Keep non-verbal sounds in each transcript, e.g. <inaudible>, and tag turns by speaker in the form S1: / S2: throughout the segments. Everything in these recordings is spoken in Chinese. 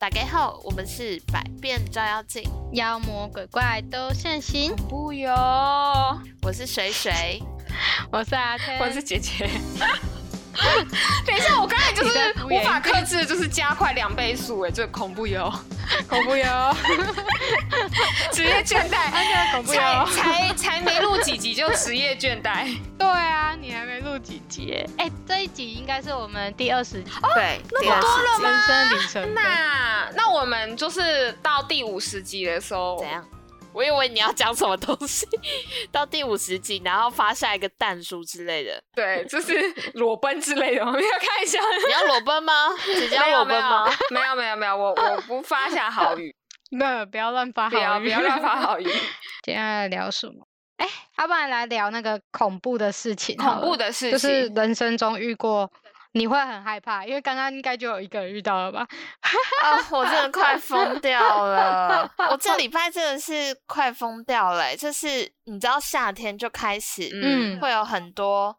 S1: 打开后，我们是百变照妖镜，
S2: 妖魔鬼怪都现形。
S3: 不哟，
S1: 我是水水，
S2: 我是阿天，
S3: 我是姐姐。
S4: <laughs> 等一下，我刚才就
S2: 你在
S4: 是
S2: 敷
S4: 无
S2: 衍
S4: 法克制，就是加快两倍速，哎，这恐怖哟，
S2: 恐怖妖，
S4: <laughs> 职业倦
S2: <laughs>
S4: 怠，
S2: 恐怖
S4: 才
S2: 妖。
S4: 才才没录几集就职业倦怠，
S2: <laughs> 对啊，你还没录几集耶？哎、这一集应该是我们第二十集
S4: 哦
S1: 对，第二十集
S2: 人生里程碑。
S4: 那那我们就是到第五十集的时候
S1: 怎，样？我以为你要讲什么东西， <laughs> 到第五十集，然后发下一个蛋书之类的。
S4: 对，就是裸奔之类的， <laughs> 我们要看一下。
S1: 你要裸奔 <laughs> 吗？姐姐要
S4: 没有
S1: 裸
S4: 没有
S1: 奔吗？
S4: 没有没有没有，我我不发下好语，
S2: 那不要乱发
S4: 不
S2: <laughs>
S4: 要
S2: 好
S4: 不
S2: 语。
S4: 要乱 <laughs> 发好语。
S2: 接下来聊什么？哎、要不然来聊那个恐怖的事情 <laughs> 好
S4: 恐
S2: 了。
S4: 怖的事情
S2: 就是人生中遇过，你会很害怕，因为刚刚应该就有一个人遇到了吧？
S1: 啊，我真的快疯掉 <laughs> 了！我这礼拜真的是快疯掉了欸、就是你知道夏天就开始
S4: 嗯，
S1: 会有很多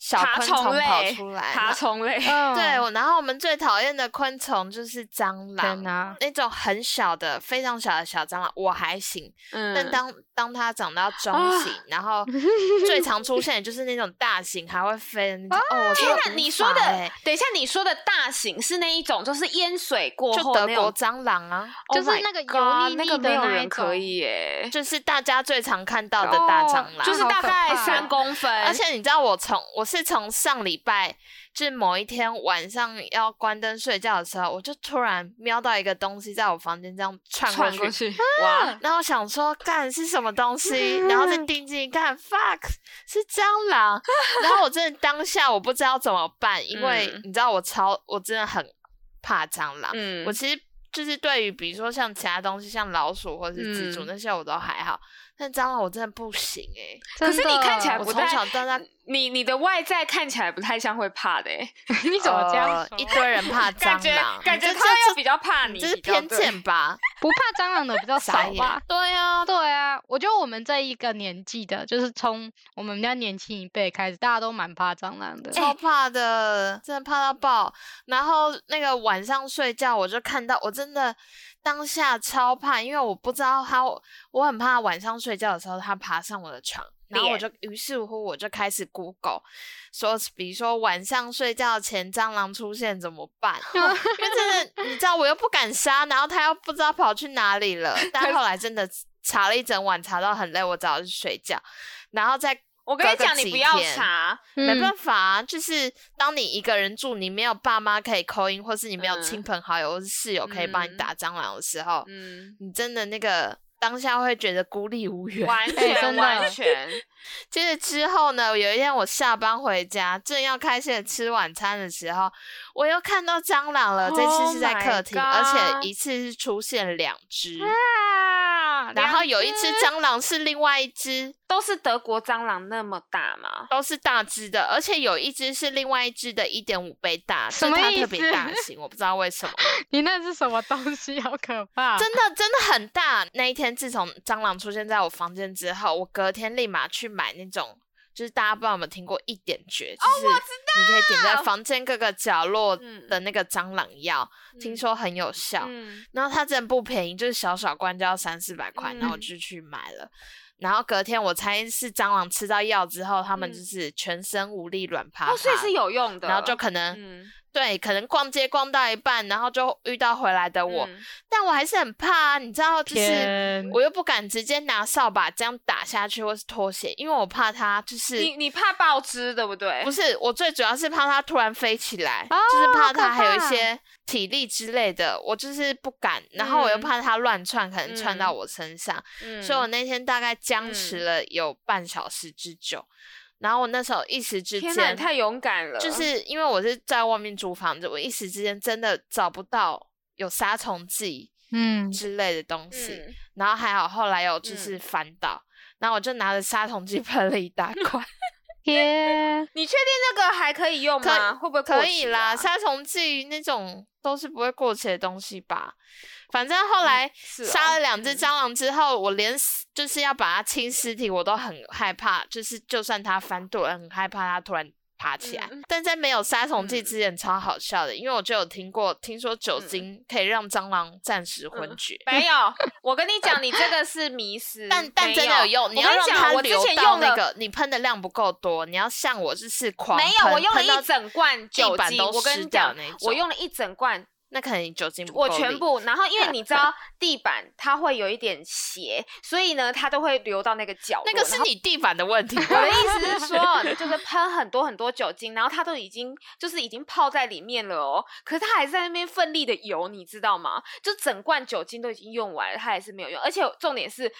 S1: 小
S4: 爬
S1: 昆虫
S4: 虫
S1: 跑
S4: 类
S1: 出来，
S4: 爬
S2: <laughs>
S4: 虫类，
S2: 嗯
S1: 对，我然后我们最讨厌的昆虫就是蟑
S2: 天
S1: 螂，
S2: 哪！
S1: 那种很小的、非常小的小蟑螂我还行，
S4: 嗯，
S1: 但当当它长到中
S4: 啊
S1: 型，然后最常出现的就是那种大型还会飞的那种，哦，我真
S4: 啊天
S1: 的
S4: 哪，
S1: 无
S4: 你说
S1: 法
S4: 的
S1: 欸，
S4: 等一下，你说的大型是那一种，就是淹水过
S1: 就
S4: 后
S1: 德
S4: 那
S1: 国
S4: 种，
S1: 蟑螂啊，
S2: 就是
S4: Oh my
S2: 那个油腻
S4: God，
S2: 腻
S4: 那个
S2: 的
S4: 没有
S2: 那一
S4: 人可
S2: 种
S4: 以耶，
S1: 就是大家最常看到的大蟑螂，
S4: 哦就是
S2: 好
S4: 大
S2: 可
S4: 概
S2: 怕
S4: 三公分，
S1: 而且你知道我从我是从上礼拜，就是某一天晚上要关灯睡觉的时候，我就突然瞄到一个东西在我房间这样窜
S4: 窜
S1: 过
S4: 过
S1: 去，
S4: 去，哇，
S1: 然后我想说干是什么东西，然后再
S4: <laughs>
S1: 定睛一看，fuck 是蟑螂，然后我真的当下我不知道怎么办，因为
S4: 嗯
S1: 你知道我超我真的很怕蟑螂，
S4: 嗯
S1: 我，其实就是对于比如说像其他东西，像老鼠或者是蜘蛛、
S4: 嗯
S1: 那些我都还好，但蟑螂我真的不行哎、
S4: <laughs> 可是
S2: 真
S4: 你
S2: 的
S4: 看起来
S1: 我
S4: 不
S1: 从
S4: 太
S1: 小到大
S4: 你你的外在看起来不太像会怕的耶，
S2: 你怎么这样
S1: 呃
S2: 说？
S1: 一堆人怕
S4: 感
S1: 蟑
S4: 觉
S1: 螂，
S4: 感觉
S1: 这
S4: 他
S1: 这
S4: 又比较怕
S1: 这
S4: 你，
S1: 这是
S4: 比较
S1: 偏
S4: 对，
S1: 见
S4: <laughs>
S1: 吧？
S2: 不怕蟑螂的比较
S1: 傻
S2: 少
S1: 眼
S2: 吧？
S1: 对啊，
S2: 对啊，我觉得我们这一个年纪的，就是从我们家年轻一辈开始，大家都蛮怕蟑螂的。
S1: <laughs> 超怕的，真的怕到爆。然后那个晚上睡觉，我就看到，我真的当下超怕，因为我不知道它，我很怕晚上睡觉的时候它爬上我的床，然后我就于是乎我就开始 Google 说，比如说晚上睡觉前蟑螂出现怎么办？哦因为真的，你知道我又不敢杀，然后它又不知道跑去哪里了。但后来真的查了一整晚，查到很累，我只好去睡觉，然后再。
S4: 我跟你讲，你不要查，
S1: 没
S2: 法，
S1: 办法、啊，就是当你一个人住，你没有爸妈可以扣音，或是你没有
S4: 嗯
S1: 亲朋好友或是室友可以帮你
S4: 嗯
S1: 打蟑螂的时候，
S4: 嗯，
S1: 你真的那个当下会觉得孤立无援。
S4: 完
S1: <laughs>
S2: 哎真
S4: 全
S2: 的
S4: 完全，
S1: 接着之后呢，有一天我下班回家，正要开心的吃晚餐的时候，我又看到蟑螂了。这次是在
S4: Oh my
S1: 客厅
S4: God
S1: 而且一次是出现两只，
S2: <laughs> 啊
S1: 然后有一只
S2: 两只
S1: 蟑螂是另外一只，
S4: 都是德国蟑螂那么大吗？
S1: 都是大只的，而且有一只是另外一只的一点五倍大，
S2: 什
S1: 就
S2: 么
S1: 它
S2: 意
S1: 特别
S2: 思
S1: 大型，我不知道为什
S4: <laughs>
S1: 么。
S2: 你那是什么东西？好可怕！
S1: 真的真的很大。那一天，自从蟑螂出现在我房间之后，我隔天立马去买那种，就是大家不知道有没有听过一点绝，
S4: 哦
S1: 就是你可以点在房间各个角落
S4: 嗯
S1: 的那个蟑螂药，听说很有效。
S4: 嗯，
S1: 然后它真的不便宜，就是小小罐就要三四百块，
S4: 嗯
S1: 然后我就去买了。然后隔天我猜是蟑螂吃到药之后，它们
S4: 嗯
S1: 就是全身无力、软趴趴
S4: 哦，所以是
S1: 的
S4: 有用的，
S1: 然后就可能、
S4: 嗯，
S1: 对，可能逛街逛到一半，然后就遇到回来的我，
S4: 嗯
S1: 但我还是很怕啊，你知道，就是
S2: 天，
S1: 我又不敢直接拿扫把这样打下去，或是拖鞋，因为我怕它就是
S4: 你你怕爆汁对不对？
S1: 不是我最主要是怕它突然飞起来，
S2: 哦
S1: 就是怕
S2: 好可
S1: 它还有一
S2: 怕
S1: 些体力之类的，我就是不敢，然后我又
S4: 嗯
S1: 怕它乱窜，可能窜到
S4: 嗯
S1: 我身上，
S4: 嗯
S1: 所以我那天大概僵持
S4: 嗯
S1: 了有半小时之久，然后我那时候一时之
S4: 天哪，
S1: 间
S4: 你太勇敢了，
S1: 就是因为我是在外面租房子，我一时之间真的找不到有杀虫剂
S2: 嗯，
S1: 之类的东西。
S4: 嗯
S1: 然后还好后来有就是
S4: 嗯
S1: 翻倒，然后我就拿着杀虫剂 <laughs> 喷了一大块，
S2: 天，
S4: 你确定那个还可以用吗？会不会过期啊
S1: 可以啦，杀虫剂那种都是不会过期的东西吧。反正后来
S4: 是哦
S1: 杀了两只蟑螂之后，我连死就是要把它清尸体，我都很害怕，就是就算它翻肚了，很害怕它突然爬起来。
S4: 嗯
S1: 但在没有杀虫剂
S4: 嗯
S1: 之前，超好笑的，因为我就有听过，听说酒
S4: 嗯
S1: 精可以让蟑螂暂时昏厥，
S4: 没有，我跟你讲，你这个是迷失。
S1: 但但
S4: 嗯没
S1: 真的有用，你
S4: 我
S1: 要
S4: 跟
S1: 让
S4: 讲，
S1: 它
S4: 我之
S1: 流
S4: 前
S1: 到
S4: 用
S1: 那
S4: 的
S1: 个你喷的量不够多，你要像我这次狂
S4: 没有，我
S1: 喷
S4: 用了
S1: 喷到
S4: 一整罐
S1: 地
S4: 酒
S1: 板
S4: 精。
S1: 都
S4: 我跟
S1: 湿
S4: 你
S1: 掉
S4: 讲
S1: 那一，
S4: 我
S1: 种
S4: 用了一整罐，
S1: 那可能你酒精不
S4: 我
S1: 够
S4: 全
S1: 力
S4: 部。然后
S1: <laughs>
S4: 因为你知道地板它会有一点斜，所以呢，它都会流到那个角落。
S1: 那个是
S4: 然后
S1: 你地板的问题吧，
S4: <laughs> 我的意思是
S1: <laughs>
S4: 说，就是喷很多很多酒精，然后它都已经就是已经泡在里面了哦，可是它还在那边奋力的游，你知道吗？就整罐酒精都已经用完了，它还是没有用，而且重点是。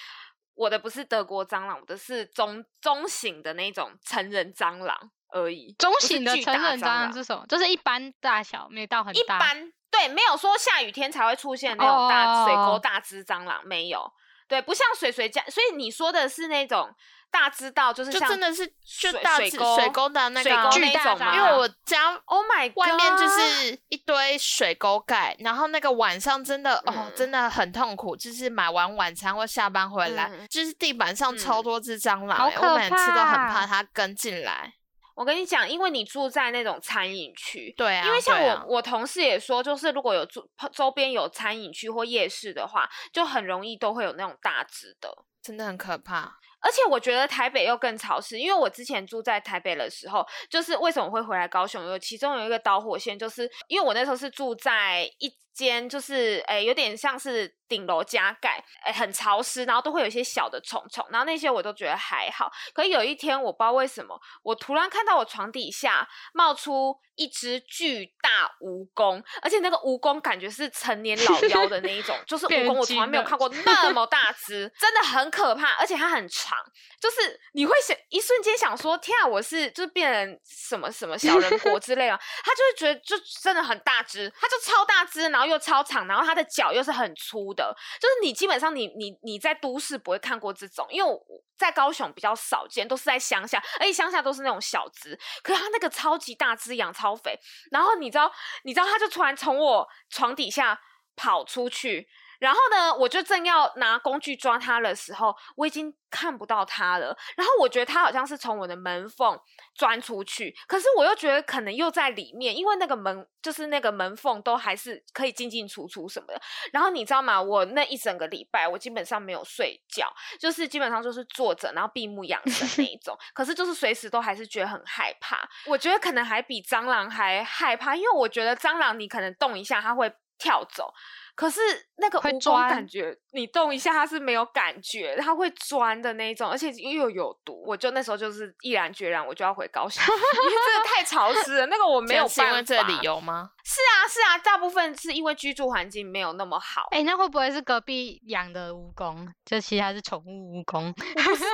S4: 我的不是德国蟑螂，我的是中中型的那种成人蟑螂而已。
S2: 中
S4: 不是
S2: 型的
S4: 巨
S2: 成
S4: 大
S2: 人蟑螂是什么？就是一般大小，没有到很
S4: 一
S2: 大。
S4: 般对，没有说下雨天才会出现那种大水
S2: 哦哦
S4: 沟
S2: 哦
S4: 大只蟑螂，没有。对，不像水水家，所以你说的是那种大只到就是
S1: 就
S4: 像
S1: 真的是就
S4: 水
S1: 大
S4: 水
S1: 只
S4: 沟
S1: 水沟的那
S4: 水
S1: 个啊
S4: 沟
S2: 巨
S4: 那
S2: 大
S4: 种
S2: 蟑
S4: 吗？
S2: 螂
S1: 因为我家
S4: Oh my，
S1: 外面就
S4: God
S1: 是一堆水沟盖，然后那个晚上真的、哦
S4: 嗯，
S1: 真的很痛苦。就是买完晚餐或下班回来，
S4: 嗯
S1: 就是地板上超多只蟑螂、
S2: 好
S1: 欸
S2: 可
S1: 我每次都很
S2: 怕
S1: 怕它跟进来。
S4: 我跟你讲，因为你住在那种餐饮区。
S1: 对啊，
S4: 因为像
S1: 对
S4: 我，
S1: 啊
S4: 我同事也说，就是如果有住周边有餐饮区或夜市的话，就很容易都会有那种大只的。
S1: 真的很可怕。
S4: 而且我觉得台北又更潮湿，因为我之前住在台北的时候，就是为什么会回来高雄，有其中有一个导火线，就是因为我那时候是住在一间，就是诶、有点像是顶楼加盖，诶、很潮湿，然后都会有一些小的虫虫，然后那些我都觉得还好。可有一天我不知道为什么，我突然看到我床底下冒出一只巨大蜈蚣，而且那个蜈蚣感觉是成年老妖的那一种，就是蜈
S2: 变
S4: 蚣我从来
S2: 精
S4: 没有
S2: 了
S4: 看过那么大
S2: <laughs>
S4: 只，真的很可怕，而且它很长，就是你会想一瞬间想说，天啊，我是就是变成什么什么小人国
S2: <laughs>
S4: 之类啊，他就会觉得就真的很大只，它就超大只，然后又超长，然后它的脚又是很粗的，就是你基本上你你你在都市不会看过这种，因为我在高雄比较少见，都是在乡下，而且乡下都是那种小只，可是它那个超级大只，养超肥，然后你知道你知道它就突然从我床底下跑出去。然后呢，我就正要拿工具抓它的时候，我已经看不到它了。然后我觉得它好像是从我的门缝钻出去，可是我又觉得可能又在里面，因为那个门就是那个门缝都还是可以进进出出什么的。然后你知道吗？我那一整个礼拜，我基本上没有睡觉，就是基本上就是坐着，然后闭目养神那一种。可是就是随时都还是觉得很害怕。我觉得可能还比蟑螂还害怕，因为我觉得蟑螂你可能动一下它会跳走，可是那个
S2: 会
S4: 蜈蚣感
S2: 钻
S4: 觉你动一下它是没有感觉，它会钻的那一种，而且又有毒。我就那时候就是毅然决然，我就要回高雄，因为真的太潮湿了。那个我没有
S1: 这是因为
S4: 办
S1: 这个
S4: 法。
S1: 理由吗？
S4: 是啊是啊，大部分是因为居住环境没有那么好。
S2: 哎、那会不会是隔壁养的蜈蚣？就其实它是宠物蜈蚣，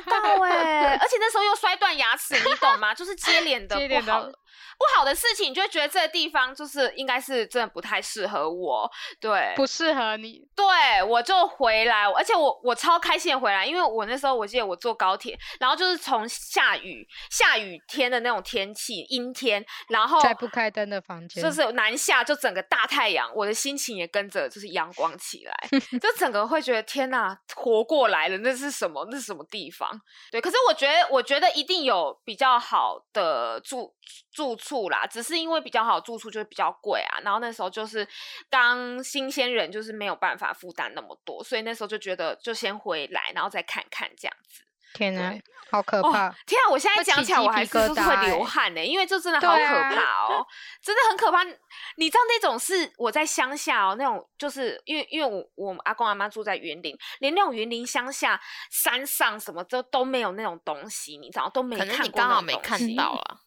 S4: <laughs> 到哎、而且那时候又摔断牙齿，你懂吗？就是接连的
S2: 接
S4: 不
S2: 连的
S4: 好不好的事情，你就会觉得这个地方就是应该是真的不太适合我。对，
S2: 不适合你。
S4: 对，我就回来，而且我我超开心地回来，因为我那时候我记得我坐高铁，然后就是从下雨下雨天的那种天气，阴天，然后
S2: 在不开灯的房间，
S4: 哦就是南下就整个大太阳，我的心情也跟着就是阳光起来，
S2: <laughs>
S4: 就整个会觉得天呐，活过来了，那是什么？那是什么地方？对，可是我觉得，我觉得一定有比较好的住住处啦，只是因为比较好住处就是比较贵啊，然后那时候就是刚新鲜人，就是没有办法负担那么多，所以那时候就觉得就先回来，然后再看看这样子。
S2: 天哪
S4: 对，
S2: 好可怕！
S4: 哦！天啊，我现在
S2: 会
S4: 讲
S2: 起
S4: 起来
S2: 鸡
S4: 我
S2: 皮
S4: 还是
S2: 疙
S4: 就是
S2: 瘩
S4: 会流
S2: 欸
S4: 汗呢、因为这真的
S2: 对
S4: 好可
S2: 啊
S4: 怕哦，真的很可怕。你知道那种是我在乡下哦，那种就是因为因为我我阿公阿妈住在云林，连那种云林乡下山上什么都都没有那种东西，你知道都没
S1: 可
S4: 看
S1: 能
S4: 过
S1: 你刚
S4: 那
S1: 好
S4: 种
S1: 没
S4: 东
S1: 看
S4: 西
S1: 到啊。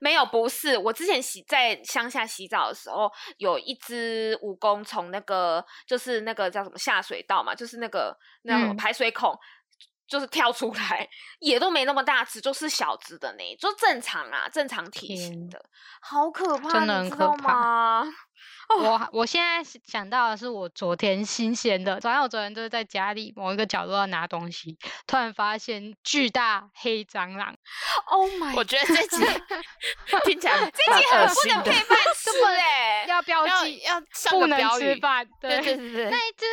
S4: 没有，不是，我之前洗在乡下洗澡的时候，有一只蜈蚣从那个就是那个叫什么下水道嘛，就是那个那种
S2: 嗯
S4: 排水孔。就是跳出来，也都没那么大只，就是小只的那，就正常啊，正常体型
S2: 天
S4: 的，好可怕，
S2: 真的很
S4: 你知
S2: 可
S4: 道
S2: 怕
S4: 吗？
S2: 我我现在是想到的是我昨天新鲜的，早上我昨天就是在家里某一个角落要拿东西，突然发现巨大黑蟑螂，
S4: Oh my，
S1: 我
S4: god，
S1: 觉得这集
S4: <laughs>
S1: 听起来
S4: 这集
S1: 蛮
S4: 很
S1: 恶
S4: 不
S1: 心
S4: 能
S1: 的
S4: 配饭吃哎、
S2: 要标
S1: 要
S2: 记
S1: 要上
S2: 不
S1: 个
S2: 能
S1: 标
S2: 吃
S1: 语，
S2: 饭，
S1: 对对
S4: <laughs>
S2: 对。
S1: 对对，
S2: 那一只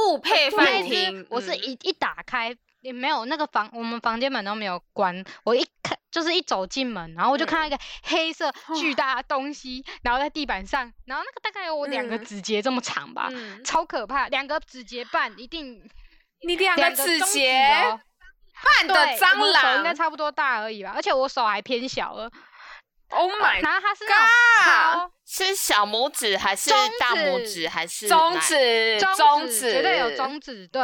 S4: 误配
S2: 那
S4: 饭
S2: 一只
S4: 厅，
S2: 我是
S4: 嗯
S2: 一一打开也没有那个房，我们房间门都没有关。我一看就是一走进门，然后我就
S1: 嗯
S2: 看到一个黑色
S1: 哦
S2: 巨大的东西，然后在地板上，然后那个大概有我两个
S4: 嗯
S2: 指节这么长吧，
S4: 嗯，
S2: 超可怕，两个指节半一定
S4: 你两个
S2: 两个
S4: 指
S2: 中指
S4: 节
S2: 哦
S4: <laughs> 半的
S2: 对我
S4: 蟑
S2: 的手应该
S4: 螂
S2: 差不多大而已吧，而且我手还偏小了。
S4: ，Oh my
S2: 然后它是那
S4: god！
S2: 种
S1: 是小拇指还是
S2: 中
S1: 大拇
S2: 指
S1: 指还是
S4: 中
S1: 哪
S4: 指
S2: 超，
S4: 中
S2: 指，
S4: 指，
S2: 绝对有中指。对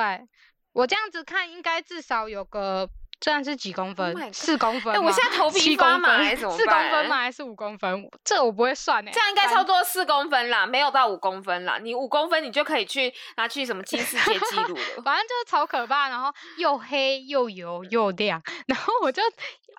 S2: 我这样子看，应该至少有个这样是几公
S4: my god
S2: 分？四、公分
S4: 哎
S2: 吗？
S4: 我现在头皮
S2: 七
S4: 发
S2: 公
S4: 麻
S2: 分
S4: 哎怎么
S2: 四公
S4: 办
S2: 分吗？还是五公分？这我不会算哎、
S4: 这样应该差
S2: 反
S4: 不多四公分啦，没有到五公分啦。你五公分，你就可以去拿去什么金世界纪录了。
S2: 反正就是超可怕，然后又黑又油又亮， <laughs> 然后我就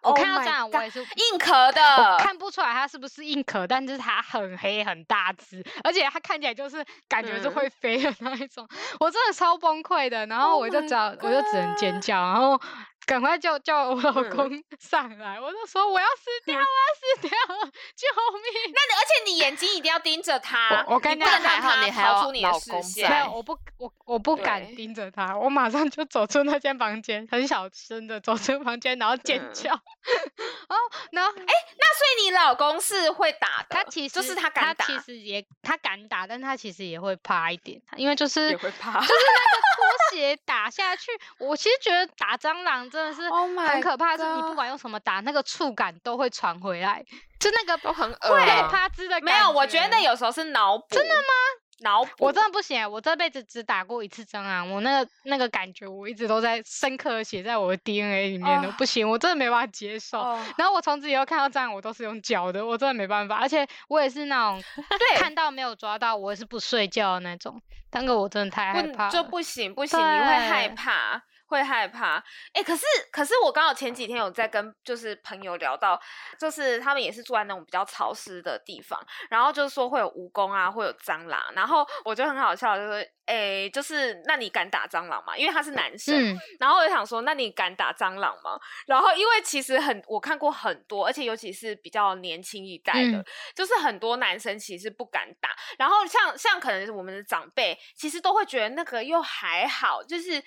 S2: 我
S4: Oh
S2: 看到
S4: my
S2: 这样，
S4: god，
S2: 我也是。
S4: <laughs> 硬壳
S2: 我
S4: 的，
S2: 看不出来它是不是硬壳，但是它很黑很大只，而且它看起来就是感觉是
S4: 嗯
S2: 会飞的那一种，我真的超崩溃的。然后
S4: Oh
S2: 我就
S4: my
S2: 只好我就只能尖叫，然后赶快叫叫我老
S4: 嗯
S2: 公 <laughs> 上来，我就说我要死掉，我要死掉了，救命！
S4: 那你而且你眼睛一定要盯着它，
S2: 我我跟
S4: 你
S2: 你
S4: 不能
S2: 讲
S1: 还
S4: 让
S1: 好
S4: 它
S1: 你还
S4: 逃
S1: 有
S4: 出你的
S1: 老
S4: 视
S1: 公
S4: 线。
S2: 没
S1: 在
S2: 有，我不我我不敢
S4: 对
S2: 盯着他，我马上就走出那间房间，很小声的走出房间，然后尖
S4: 嗯
S2: 叫。 <laughs> 哦，然后
S4: 那所以你老公是会打的，
S2: 他其实
S4: 就是他敢打，
S2: 其实也他敢打，但他其实也会怕一点，因为就是
S4: 也会怕
S2: 就是那个拖鞋打下去，我其实觉得打蟑螂真的是
S4: Oh
S2: 很
S4: my
S2: 可怕，是你不
S4: god
S2: 管用什么打，那个触感都会传回来，就那个
S1: 都很恶
S2: 会
S1: 啊。
S2: 啪吱的感
S4: 呃没有，我觉得那有时候是脑补。真的吗？脑补。
S2: 我真的不行欸，我这辈子只打过一次蟑螂，我那个那个感觉，我一直都在深刻的写在我的 DNA 里面的，
S4: 哦
S2: 不行，我真的没办法接受。
S4: 哦
S2: 然后我从此以后看到蟑螂，我都是用脚的，我真的没办法，而且我也是那种
S4: <laughs> 对
S2: 看到没有抓到，我也是不睡觉的那种。那个我真的太害怕
S4: 不就
S2: 了，
S4: 不行不行，你会害
S2: 对
S4: 怕，会害怕。哎、可是可是我刚好前几天有在跟就是朋友聊到，就是他们也是住在那种比较潮湿的地方，然后就是说会有蜈蚣啊，会有蟑螂，然后我觉得很好笑，就是哎、诶就是那你敢打蟑螂吗？因为他是男生， <laughs>
S2: 嗯，
S4: 然后我就想说，那你敢打蟑螂吗？然后因为其实很我看过很多，而且尤其是比较年轻一代的，
S2: 嗯
S4: 就是很多男生其实不敢打。然后像像可能我们的长辈，其实都会觉得那个又还好，就是。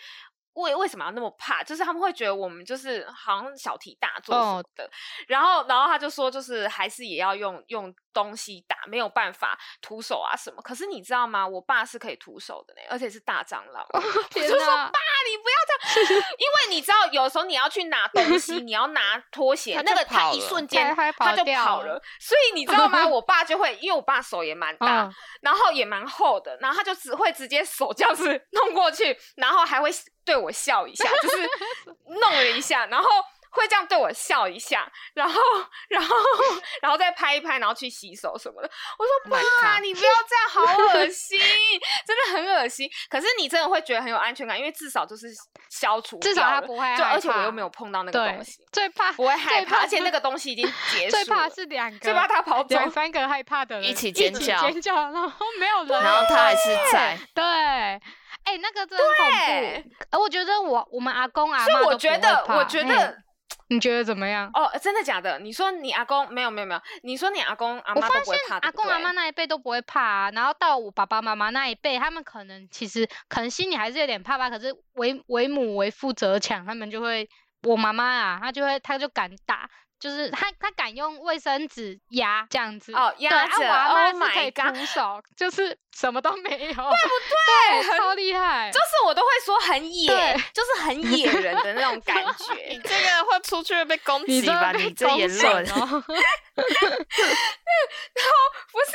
S4: 为为什么要那么怕？就是他们会觉得我们就是好像小题大做什
S2: 哦
S4: 么的，然后然后他就说，就是还是也要用用东西打，没有办法徒手啊什么。可是你知道吗？我爸是可以徒手的呢，而且是大蟑螂。
S2: 天
S4: 就说
S2: 哪，
S4: 你不要这样，因为你知道，有时候你要去拿东西，你要拿拖鞋
S1: 他，
S4: 那
S1: 就
S4: 个他
S1: 跑
S4: 一
S1: 了
S4: 瞬间
S2: 他
S4: 他就
S2: 掉
S4: 跑了，，所以你知道吗？我爸就会，因为我爸手也蛮大，
S2: 嗯，
S4: 然后也蛮厚的，然后他就只会直接手这样子 <laughs> 弄过去，然后还会对我笑一下，就是弄了一下，然后会这样对我笑一下，然后然后然后再拍一拍，然后去洗手什么的。我说
S1: Oh my
S4: 爸，
S1: God
S4: 你不要这样，好恶心，真的很恶心。可是你真的会觉得很有安全感，因为至少就是消除
S2: 至少
S4: 掉
S2: 他
S4: 了
S2: 不会
S4: 就
S2: 害
S4: 而且我又
S2: 怕
S4: 没有碰到那个
S2: 对
S4: 东西，，
S2: 最怕
S4: 不会害
S2: 最
S4: 怕，
S2: 怕
S4: 而且那个东西已经结束
S2: 最
S4: 了，
S2: 怕是两个，
S4: 最怕他跑走。
S2: 两三个害怕的人
S1: 一起尖叫
S2: 尖叫，然后没
S4: <laughs>
S2: 有人，
S1: 然后他还是在，
S2: 对，哎、那个真的很恐
S4: 对
S2: 怖。呃我觉得我我们阿公阿
S4: 所
S2: 妈
S4: 以
S2: 都
S4: 我
S2: 不
S4: 觉
S2: 会
S4: 得，我
S2: 怕嗯
S4: 觉
S2: 嘿
S4: 得
S2: 你觉得怎么样？
S4: 哦，真的假的？你说你阿公没有没有没有，你说你阿公阿
S2: 我
S4: 妈
S2: 发
S4: 都不
S2: 现
S4: 会怕，
S2: 阿
S4: 对不
S2: 公阿
S4: 对
S2: 妈那一辈都不会怕啊，然后到我爸爸妈妈那一辈，他们可能其实可能心里还是有点怕怕，可是为为母为父则强，他们就会，我妈妈啊，她就会她就敢打，就是她她敢用卫生纸压这样子，
S4: 哦
S2: 对
S4: 压
S2: 啊
S4: 着
S2: 我阿
S4: Oh
S2: 妈是可
S4: my
S2: 以
S4: god
S2: 徒手，就是什么都没有，对不 <laughs>
S4: 很
S2: 超厉害，
S4: 就是我都会说很野
S2: 对，
S4: 就是很野人的那种感
S2: <laughs>
S1: 你
S4: 觉。
S1: 这个会出去被攻
S2: 你
S1: 击
S2: 真的
S1: 吧？
S2: 被
S1: 你这
S2: 公
S1: 言
S2: 审
S1: <laughs> 论，
S2: 哦
S4: 不是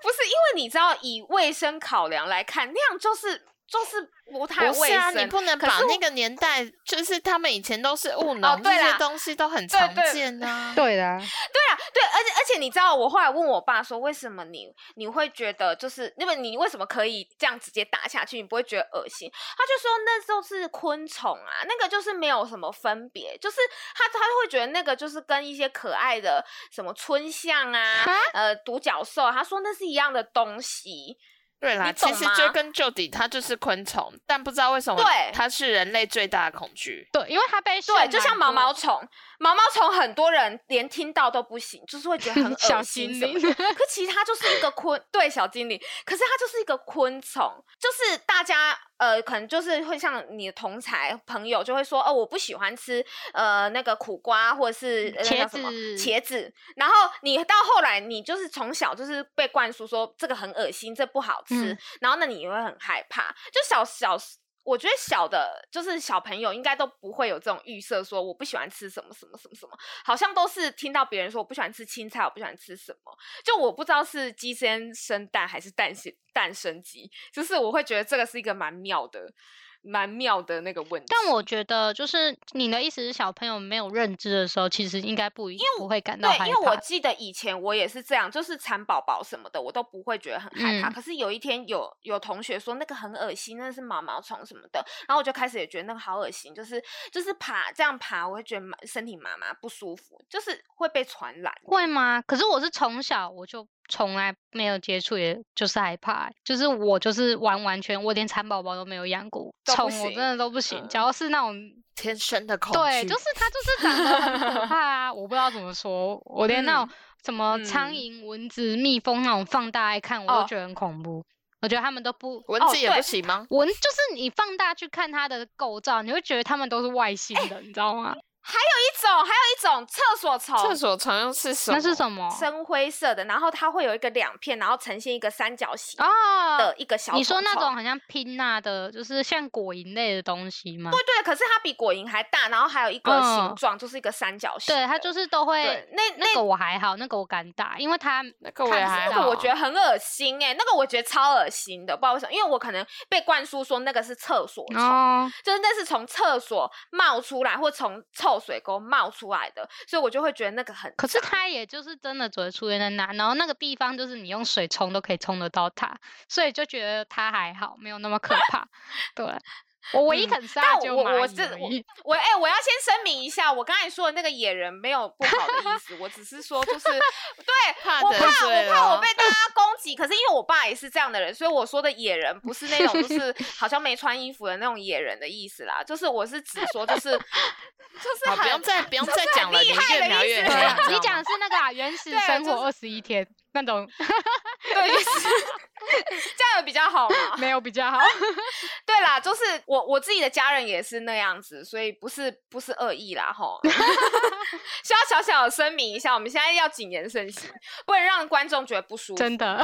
S4: 不是，因为你知道以卫生考量来看，那样就是就是不太
S1: 不
S4: 卫
S1: 是啊，你
S4: 生。
S1: 不能
S4: 可是
S1: 把
S4: 我哦
S1: 那个年代，就是他们以前都是务农，
S4: 对
S1: 这些
S4: 啦
S1: 东西都很
S4: 对
S1: 常
S4: 对
S1: 见啊。 <laughs>
S2: 对的啊，
S4: 对啊，对，而且而且你知道，我后来问我爸说，为什么你你会觉得就是那么你为什么可以这样直接打下去，你不会觉得恶心？他就说那都是昆虫啊，那个就是没有什么分别，就是他他会觉得那个就是跟一些可爱的什么春象啊
S2: 啊，
S4: 呃独角兽啊，他说那是一样的东西。
S1: 对啦，
S4: 你
S1: 其
S4: 懂
S1: 实
S4: 吗
S1: 追根究底，它就是昆虫，但不知道为什么
S4: 对
S1: 它是人类最大的恐惧。
S2: 对，因为他被
S4: 对，
S2: 渲
S4: 就像
S2: 染
S4: 毛
S2: 过
S4: 毛虫，毛毛虫很多人连听到都不行，就是会觉得很恶
S2: <laughs> 小
S4: 心
S2: 精
S4: 什么
S2: 灵
S4: 的。可其实它就是一个昆，对小精灵，可是它就是一个昆虫，就是大家呃，可能就是会像你的同才朋友就会说，哦，我不喜欢吃呃那个苦瓜或者是呃那
S2: 茄
S4: 叫什么
S2: 子
S4: 茄子，然后你到后来你就是从小就是被灌输说这个很恶心，这不好吃，
S2: 嗯
S4: 然后那你也会很害怕，就小小。我觉得小的，就是小朋友应该都不会有这种预设，说我不喜欢吃什么什么什么什么，好像都是听到别人说我不喜欢吃青菜，我不喜欢吃什么，就我不知道是鸡先生蛋还是蛋先蛋生鸡，就是我会觉得这个是一个蛮妙的、蛮妙的那个问题。
S2: 但我觉得，就是你的意思是，小朋友没有认知的时候，其实应该不一不会感到害怕。
S4: 对，因为我记得以前我也是这样，就是蚕宝宝什么的，我都不会觉得很害怕。
S2: 嗯
S4: 可是有一天有有同学说那个很恶心，那是毛毛虫什么的，然后我就开始也觉得那个好恶心，就是就是爬这样爬，我会觉得麻身体麻麻不舒服，就是会被传染。
S2: 会吗？可是我是从小我就从来没有接触，也就是害怕欸、就是我就是完完全，我连蚕宝宝都没有养过，
S4: 都不
S2: 虫我真
S4: 行
S2: 的都不行。
S4: 嗯
S2: 只要是那种，
S1: 天生的恐惧，
S2: 对，就是它就是长得很
S4: <laughs>
S2: 可怕啊，我不知道怎么说，我连那种什么苍
S4: 嗯
S2: 蝇、蚊子、蜜蜂那种放大来看，我
S4: 哦
S2: 都觉得很恐怖。我觉得他们都不
S1: 蚊
S4: 哦
S1: 子也不
S4: 对
S1: 行吗？
S2: 蚊就是你放大去看它的构造，你会觉得它们都是外星
S4: 哎
S2: 人，你知道吗？
S4: 一种还有一种厕所虫，
S1: 厕所常用是什么？
S2: 那是什么？
S4: 深灰色的，然后它会有一个两片，然后呈现一个三角形
S2: 哦
S4: 的，一个小、
S2: 你说那种？很像拼纳的，就是像果蝇类的东西吗？
S4: 对，可是它比果蝇还大，然后还有一个
S2: 嗯
S4: 形状，就是一个三角形的。
S2: 对，它就是都会
S4: 对。。那那
S2: 那个我还好，那个我敢打，因为它
S1: 那个我
S4: 看
S1: 也
S4: 可是
S1: 还
S4: 那个
S1: 好，
S4: 我觉得很恶心哎、那个我觉得超恶心的，不知道为什么，因为我可能被灌输说那个是厕所虫，
S2: 哦，
S4: 就是那是从厕所冒出来或从臭水沟冒出来的，所以我就会觉得那个很。
S2: 可是它也就是真的只会出现在那，然后那个地方就是你用水冲都可以冲得到它，所以就觉得它还好，没有那么可怕。对，我唯一
S4: 嗯
S2: 肯杀
S4: 但
S2: 的就
S4: 我
S2: 蚂
S4: 我
S2: 蚁
S4: 这
S2: 而
S4: 我
S2: 已
S4: 我哎、我要先声明一下，我刚才说的那个野人没有不好的意思，我只是说就是对
S1: <laughs> 怕哦
S4: 我
S1: 得
S4: 怕
S1: 罪
S4: 我怕我
S1: 了
S4: 被大家攻击，可是因为我爸也是这样的人，所以我说的野人不是那种
S1: <laughs>
S4: 就是好像没穿衣服的那种野人的意思啦，就是我是指说就是 <laughs> 就是
S1: 好，
S4: 很
S1: 不用再不用再讲了，
S4: 厉
S1: 你
S4: 害
S1: 越
S4: 的
S1: 描
S4: 意
S1: 越
S4: 思
S1: 黑
S2: 对啊，
S1: 知
S2: <laughs> 你
S1: 道
S2: 讲
S1: 吗
S2: 的是那个啊，原始
S4: 对
S2: 生
S4: 就
S2: 活二十一天那种，
S4: <laughs> 对，就是 <laughs> 这样有比较好嘛。 <laughs>
S2: <laughs> 没有比较好。
S4: 对啦，就是我我自己的家人也是那样子，所以不是不是恶意啦吼。 <laughs> 需要小小的声明一下，我们现在要谨言慎行，不能让观众觉得不舒服。
S2: 真的。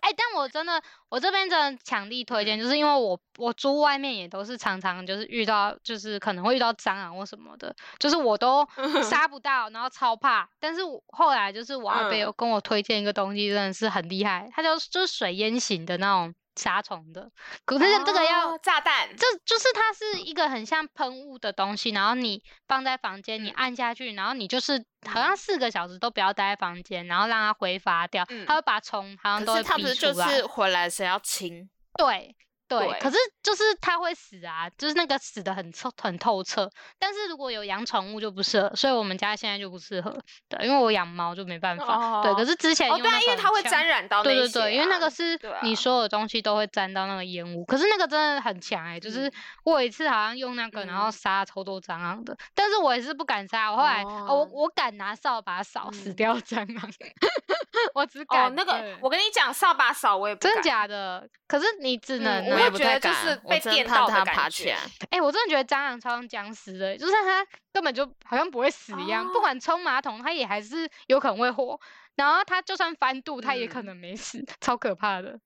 S2: 哎、但我真的，我这边真的强力推荐，就是因为我我租外面也都是常常就是遇到，就是可能会遇到蟑螂或什么的，就是我都杀不到，然后超怕。但是我后来就是我阿贝
S4: 嗯
S2: 有跟我推荐一个东西，真的是很厉害，它叫就是水烟型的那种杀虫的，可是这个要
S4: 哦炸弹，
S2: 这就是它是一个很像喷雾的东西，然后你放在房间，你
S4: 嗯
S2: 按下去，然后你就是好像四个小时都不要待在房间，然后让它挥发掉，
S4: 嗯
S2: 它会把虫好像都
S1: 可
S2: 会
S1: 是他
S2: 逼
S1: 不是就
S2: 出来。
S1: 是回来谁要亲？
S2: 对对，
S4: 对
S2: 可是就是它会死啊，就是那个死的很透很透彻。但是如果有养宠物就不适合，所以我们家现在就不适合。对，因为我养猫就没办法。对，可
S4: 哦
S2: 是之前
S4: 哦
S2: 用
S4: 对啊，
S2: 那
S4: 因为
S2: 个
S4: 它
S2: 很
S4: 会
S2: 强
S4: 沾染到那
S2: 对
S4: 一
S2: 对
S4: 些
S2: 对，因为那
S4: 啊
S2: 个是
S4: 对
S2: 你
S4: 啊
S2: 所有东西都会沾到那个烟雾，可是那个真的很强哎、就是
S4: 嗯
S2: 我有一次好像用那个，然后
S4: 嗯
S2: 杀超多蟑螂的，但是我也是不敢杀，我后来、哦我
S1: 哦
S2: 我敢拿扫把扫死
S1: 嗯
S2: 掉蟑螂， <laughs> 我只敢、
S4: 哦，那个
S2: 对
S4: 我跟你讲，扫把扫我也不
S2: 真的
S4: 敢
S2: 假的？可是你只
S4: 嗯
S2: 能、
S4: 我
S1: 我
S4: 会
S1: 也不
S4: 觉得
S1: 太
S4: 就
S1: 敢，
S4: 是
S1: 我
S4: 被
S1: 真的
S4: 电
S1: 怕
S4: 到的
S1: 它
S4: 感
S1: 爬
S4: 觉
S1: 起来。
S2: 哎、我真的觉得蟑螂超像僵尸的欸，就是它根本就好像不会死一样，不
S4: 哦
S2: 管冲马桶，它也还是有可能会活。然后它就算翻肚，它也可
S4: 嗯
S2: 能没死，超可怕的。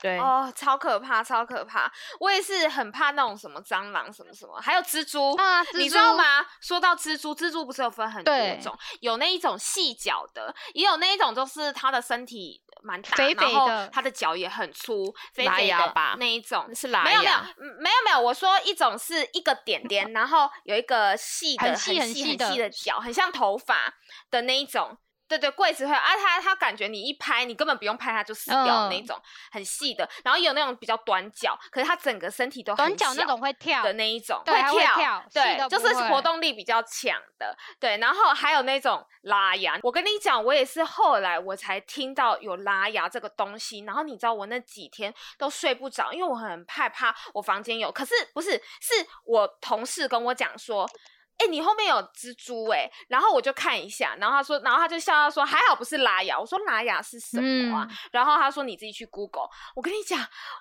S1: 对，
S4: 哦，超可怕，超可怕！我也是很怕那种什么蟑螂什么什么，还有蜘蛛
S2: 啊
S4: 你
S2: 蜘
S4: 知道
S2: 蛛
S4: 吗？说到蜘蛛，蜘蛛不是有分很多
S2: 对
S4: 种，有那一种细脚的，也有那一种就是它的身体蛮大，
S2: 肥肥
S4: 然后
S2: 的
S4: 它的脚也很粗，肥
S1: 拉
S4: 肥
S1: 牙
S4: 的
S1: 吧
S4: 那一种。
S1: 是拉
S4: 没有没有
S1: 牙
S4: 嗯没有没有，我说一种是一个点点，然后有一个细的
S2: 很细
S4: 很
S2: 很
S4: 细
S2: 细的
S4: 很细的脚，很像头发的那一种。对对，柜子会有啊，它它感觉你一拍，你根本不用拍它就死掉的那
S2: 嗯
S4: 种，很细的。然后有那种比较短脚，可是它整个身体都
S2: 短
S4: 哦很
S2: 脚那
S4: 小
S2: 种会跳
S4: 的那一种，
S2: 对还会
S4: 跳，
S2: 跳细到
S4: 对，就
S2: 不
S4: 是
S2: 会
S4: 活动力比较强的，对。然后还有那种拉牙，我跟你讲，我也是后来我才听到有拉牙这个东西，然后你知道我那几天都睡不着，因为我很害怕我房间有，可是不是，是我同事跟我讲说。哎、你后面有蜘蛛哎、然后我就看一下，然后他说，然后他就笑他说还好不是拉雅，我说拉雅是什么
S2: 嗯
S4: 啊？然后他说你自己去 Google，我跟你讲，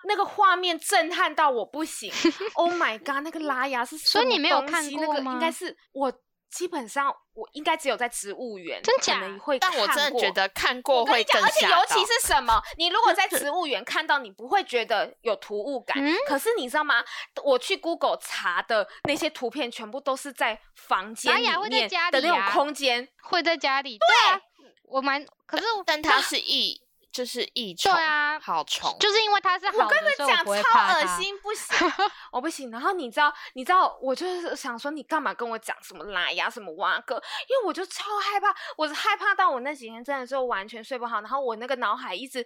S4: 那个画面震撼到我
S2: <laughs>
S4: 不行，Oh my god，那个拉雅是什
S2: 所以你
S4: 么
S2: 没有
S4: 东
S2: 看
S4: 西
S2: 过
S4: 那个应该
S2: 吗
S4: 是我基本上我应该只有在植物园
S2: 真
S4: 可能
S2: 假
S4: 会看
S1: 但
S4: 过，
S1: 我真的觉得看
S4: 我
S1: 过
S4: 跟
S1: 会
S4: 你讲，
S1: 更
S4: 而且
S1: 吓
S4: 尤
S1: 到。
S4: 其是什么，你如果在
S2: <laughs>
S4: 植物园看到，你不会觉得有突兀感。
S2: 嗯
S4: 可是你知道吗？我去 Google 查的那些图片，全部都是在房间
S2: 雅
S4: 里
S2: 会在
S4: 面
S2: 家
S4: 的
S2: 里
S4: 那种
S2: 啊
S4: 空间。
S2: 会在家里。对啊，我蛮可是我
S1: 但它是益，就是益虫，
S2: 对啊，
S1: 好虫，
S2: 就是因为它是好的，
S4: 我跟
S2: 所
S4: 你
S2: 以我
S4: 讲，
S2: 不会
S4: 超
S2: 怕
S4: 恶
S2: 它。哎
S4: 心，
S2: <laughs>
S4: 不行，我不行。然后你知道，你知道，我就是想说，你干嘛跟我讲什么拉牙、什么蛙哥？因为我就超害怕，我是害怕到我那几天真的是完全睡不好。然后我那个脑海一直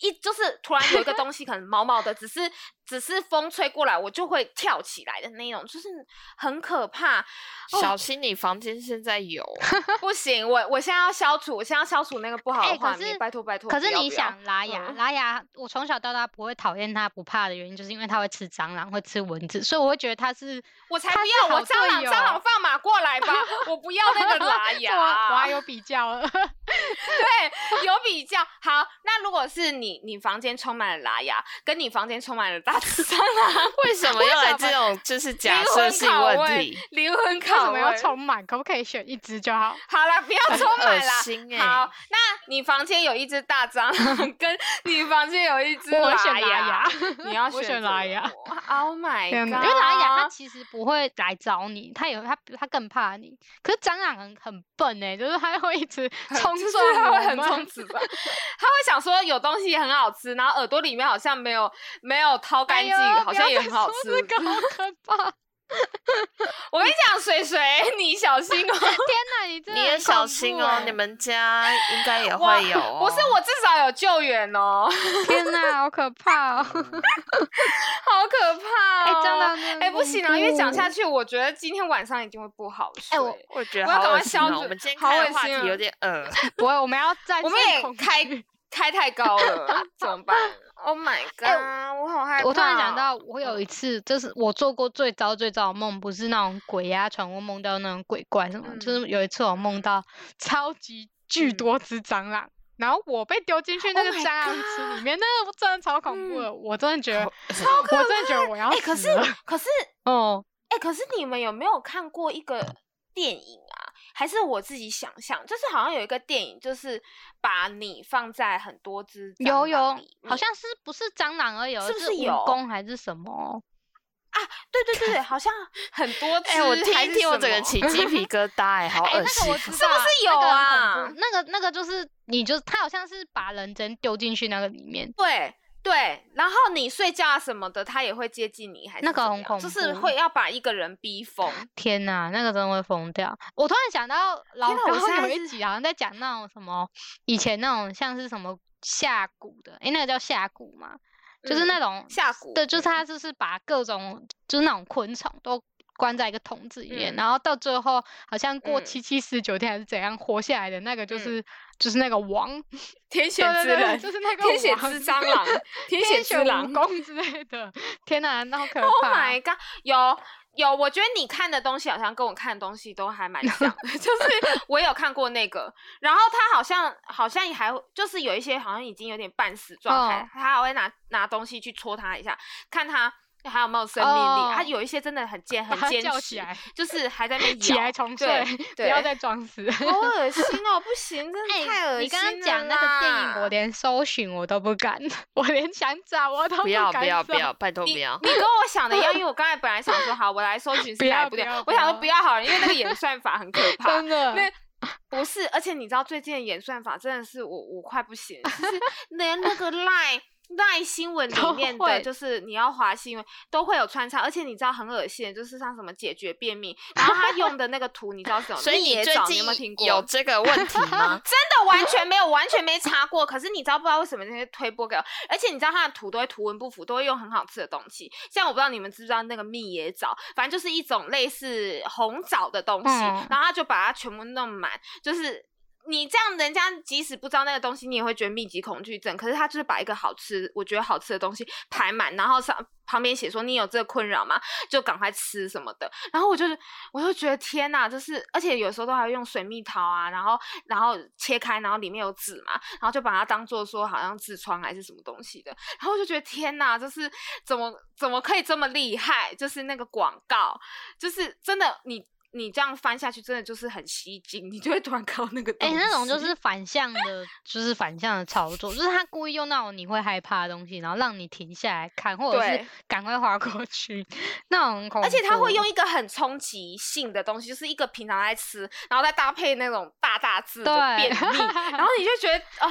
S4: 一就是突然有一个东西可能毛毛的，只是只是风吹过来，我就会跳起来的那种，就是很
S2: <laughs>
S4: 可怕。
S1: 小心你房间现在
S4: <laughs>
S1: 有
S4: 不行，我我现在要消除，我现在要消除那个不好
S2: 哎
S4: 的
S2: 可
S4: 画
S2: 是
S4: 面，拜托拜托。
S2: 可
S4: 不
S2: 是
S4: 要
S2: 你
S4: 不要
S2: 想拉牙，
S4: 嗯
S2: 拉牙，我从小到大不会讨厌它、不怕的原因，就是因为它会吃蟑螂、会吃蚊子，所以我会觉得它是
S4: 我才
S2: 它
S4: 不
S2: 是
S4: 要！
S2: 好
S4: 我蟑
S2: 队
S4: 螂
S2: 友
S4: 蟑螂放马过来吧，我不要那个拉
S2: <laughs>
S4: 牙。
S2: 啊我
S4: <laughs>
S2: 我还有比较 <laughs> 了，
S4: 对，有比较好。那如果是你，你房间充满了拉牙，跟你房间充满了大只蟑螂，
S1: 为什么
S4: 为
S1: 要来
S4: 什
S1: 这种就是假
S4: 灵
S1: 设
S4: 魂
S1: 性
S4: 拷
S1: 问
S4: 问
S1: 题？
S4: 灵魂
S2: 为什
S4: 拷
S2: 么要
S4: 问？
S2: 充满？可不可以选一只就好？
S4: 好了，不要充
S1: 恶
S4: 满啦。
S1: 心哎、
S4: 好，那你房间有一只大蟑螂，跟你房间有一只
S2: 我会选拉
S4: 牙
S2: 牙，
S4: 你要
S2: 我
S4: 选
S2: 选拉牙。
S4: Oh
S2: <laughs>
S4: my
S2: 天
S4: god！
S2: 哪因为拉
S4: <laughs>
S2: 雅它其实不会来找你，它也它它更怕你。可是蟑螂很很笨哎、就是它会一直冲
S4: 就是
S2: 撞
S4: 他会
S2: 我
S4: 很
S2: 们 <laughs>
S4: 充值吧？他会想说有东西很好吃，然后耳朵里面好像没有没有掏干
S2: 哎
S4: 净，
S2: 呦
S4: 好
S2: 不
S4: 像
S2: 要
S4: 也
S2: 再
S4: 很好
S2: 说
S4: 吃。
S2: 这个好可怕！
S4: 我跟你讲，水水，你小心 <laughs> 哦。
S2: 天哪，你真的
S1: 你也
S2: 很
S1: 小
S2: 恐
S1: 心
S2: 怖
S1: 哦，
S2: 欸 <laughs>
S1: 你们家
S4: <laughs>
S1: 应该也
S4: 哇
S1: 会有、哦。
S4: 不是，我至少有救援哦，
S2: 天哪，好可怕哦！
S4: 好可怕
S2: 哎，
S4: 哦！
S2: 蟑螂真的
S4: 哎、不行啊，因为讲下
S2: 去，
S4: 去，我觉得今天晚上一定会不好睡。
S2: 哎我
S1: 我觉得
S4: 我要
S1: 好
S4: 赶
S1: 恶
S4: 快
S1: 心
S4: 消
S1: 哦。
S4: 除
S1: 我们今天
S4: 好
S1: 开
S4: 恶
S1: 的话题
S4: 心哦
S1: 有点恶，
S2: 不会，我们要战
S4: 我们
S2: 胜
S4: 也
S2: 恐
S4: 开
S2: 惧
S4: 开太高了，怎么
S2: <laughs>
S4: 办？Oh my god！、我好害怕哦。
S2: 哎我突然想到，我有一次，就是我做过最糟最糟的梦，不是那种鬼压床，我梦到那种鬼怪什么，就是有一次我梦到超级巨
S4: 嗯
S2: 多只蟑螂，然后我被丢进去那
S4: Oh
S2: 个
S4: my 嗯
S2: 蟑螂池里面，那个真的超恐怖的，我真的觉得，
S1: 超
S2: 我真的觉得我要
S4: 哎、
S2: 死
S4: 可是
S2: 了。
S4: 可是
S2: 哦，
S4: 哎、可是你们有没有看过一个电影啊？还是我自己想象？就是好像有一个电影，就是把你放在很多只蟑
S2: 有有
S4: 螂里，
S2: 好
S4: 面
S2: 像是不是蟑螂而已哦，
S4: 嗯是不是有
S2: 蜈蚣还是什么？
S4: 对对 <laughs> 对对，好像很多只。
S1: <laughs> 哎、我听
S4: 还
S1: 一
S4: 是
S1: 听，我
S4: 什
S1: 整个
S4: 么
S1: 起鸡皮疙瘩、哎，好
S4: <laughs>
S2: 哎、
S1: 恶
S2: 那
S1: 心
S2: 个
S1: 哦、
S2: 我知道，
S4: 是不是有
S2: 那个
S4: 啊
S2: 很恐怖那个那个就是，你就它好像是把人真丢进去那个里面，
S4: 对对，然后你睡觉啊什么的，它也会接近你，还是
S2: 那个
S4: 怎
S2: 很
S4: 样
S2: 恐
S4: 就是
S2: 怖
S4: 会要把一个人逼疯。
S2: 天呐，那个真的会疯掉！我突然想到老
S4: 天哪我现
S2: 高有
S4: 在
S2: 一
S4: 是
S2: 集好像在讲那种什么以前那种像是什么下蛊的，诶、那个叫下蛊嘛，就是那种、
S4: 嗯下蛊
S2: 对，就是
S4: 嗯
S2: 他就是把各种就是那种昆虫都关在一个桶子里面，然后到最后好像过
S4: 嗯
S2: 七七四十九天还是怎样活下来的那个就
S4: 嗯
S2: 是、就是那个王，
S4: 天
S2: 对
S4: 选
S2: 对
S4: 之
S2: 对对，
S4: 人，
S2: 就是那个
S4: 天选
S2: 王
S4: 之蟑
S2: <laughs>
S4: 螂，天选之
S2: 蜈
S4: 狼。
S2: 蚣之类的，天哪，那好可 <laughs>
S4: Oh
S2: 怕！
S4: my god！有有，我觉得你看的东西好像跟我看的东西都还蛮像的， <laughs> 就是我有看过那个，然后他好像好像还就是有一些好像已经有点半死状态
S2: 哦
S4: 他还会拿拿东西去戳他一下，看他还有没有生命力。他
S2: 哦
S4: 有一些真的很坚
S2: <laughs> 把
S4: 很
S2: 它
S4: 坚
S2: 叫起
S4: 持，
S2: 来，
S4: 就是还在那
S2: <laughs>
S4: 边
S2: 起
S4: 摇
S2: 来重
S4: 对
S2: 睡，不要
S4: 对
S2: 再装死。 <laughs>
S4: 好恶心哦，不行，真的太
S2: 哎，
S4: 恶心了啦、
S2: 你刚刚讲那个电影，我连搜寻我都不敢，我连想找我都
S1: 不要
S2: 敢
S1: 不要不
S2: 找
S1: 要，拜托不要！
S4: 你跟我想的一样，因为我刚才本来想
S2: <laughs>
S4: 说好，我来搜寻
S2: 不
S4: 是哪
S2: 要
S4: 一部
S2: 不
S4: 电影
S2: 要，
S4: 我
S2: 不
S4: 想说
S2: 要
S4: 不要好了，因为那个演算法
S2: <laughs>
S4: 很可怕，
S2: 真的。
S4: 那不是，而且你知道最近的演算法真的是我我快不行了，就是
S1: <laughs>
S4: 连那个赖赖新闻里
S2: 都
S4: 面的，
S2: 会
S4: 就是你要划新闻都会有穿插，而且你知道很恶心的，就是像什么解决便秘，然后他用的那个图你知道是什
S1: <laughs>
S4: 么？
S1: 所以
S4: 你
S1: 最
S4: 你有没有
S1: 近
S4: 听过？
S1: 有这个问
S4: <laughs>
S1: 题吗？ <laughs>
S4: 真的完全没有，完全没查过。可是你知道不知道为什么那些推播给我？而且你知道它的图都会图文不符，都会用很好吃的东西。像我不知道你们知不知道那个蜜野枣，反正就是一种类似红枣的东西，
S2: 嗯
S4: 然后他就把它全部弄满，就是。你这样，人家即使不知道那个东西，你也会觉得密集恐惧症。可是他就是把一个好吃，我觉得好吃的东西排满，然后上旁边写说你有这个困扰吗？就赶快吃什么的。然后我就是，我就觉得天呐，就是而且有时候都还会用水蜜桃啊，然后然后切开，然后里面有籽嘛，然后就把它当做说好像痔疮还是什么东西的。然后我就觉得天呐，就是怎么怎么可以这么厉害？就是那个广告，就是真的你。你这样翻下去，真的就是很吸睛，你就会突然看到那个东
S2: 哎、
S4: 西。
S2: 那种就是反向的，就是反向的操作，就是他故意用那种你会害怕的东西，然后让你停下来看，或者是
S4: 对
S2: 赶快划过去，那种很恐怖。
S4: 而且他会
S2: 哦
S4: 用一个很冲击性的东西，就是一个平常在吃，然后再搭配那种大大字的
S2: 对 <laughs>
S4: 便秘，然后你就觉得啊、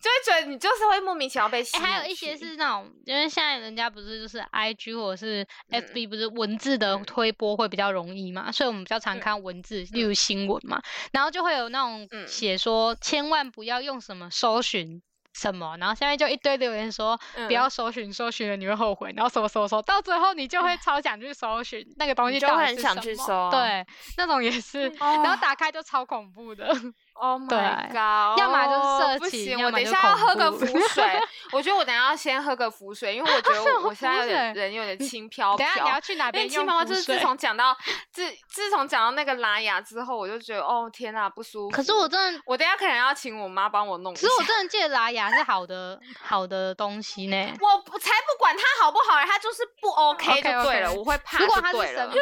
S4: 就会觉得你就是会莫名其妙被吸
S2: 哎、
S4: 引去、
S2: 还有一些是那种，因为现在人家不是就是 I G 或者是 F B 不是文字的
S4: 嗯
S2: 推播会比较容易嘛，所以我们比较常
S4: 嗯
S2: 看文字，例如新闻嘛，然后就会有那种
S4: 嗯
S2: 写说千万不要用什么搜寻。什么？然后下面就一堆留言说
S4: 嗯
S2: 不要搜寻，搜寻了你会后悔。然后什么什么什么，到最后你就会超想去搜寻那个东
S1: 你
S2: 西
S1: 就
S2: 到
S1: 会
S2: 底
S1: 很
S2: 是
S1: 想
S2: 什
S1: 去
S2: 么
S1: 搜啊
S2: 对，那种也是。
S4: 哦
S2: 然后打开就超恐怖的。
S4: ，Oh
S2: 哦对
S4: my god！
S2: 要么就是色
S4: 哦不
S2: 情
S4: 行，
S2: 要
S4: 我
S2: 么
S4: 等一
S2: 就
S4: 下要
S2: 恐
S4: 喝个
S2: 怖
S4: 浮水。我觉得我等一下要先喝个浮水，因为我觉得
S2: <laughs>
S4: 我我现在有点
S2: 浮
S4: 人有点轻飘
S2: 等
S4: 飘
S2: 一。下你要去哪
S4: 因为
S2: 边用
S4: 轻飘飘
S2: 浮
S4: 哎就是自
S2: 水
S4: 从讲到自自从讲到那个拉雅之后，我就觉得哦天呐，不舒服。
S2: 可是我真的
S4: 我等一下可能要请我妈帮我弄一
S2: 可
S4: 下。
S2: 是我真的记得蓝牙是好的好的东西
S4: <laughs>
S2: 呢。 <laughs>
S4: 我不才不管它好不好欸，它就是不 OK 就
S2: OK，OK
S4: 对了，我会怕
S2: 如果
S4: 就
S2: 它是
S4: 对
S2: 什
S4: 了
S2: 么，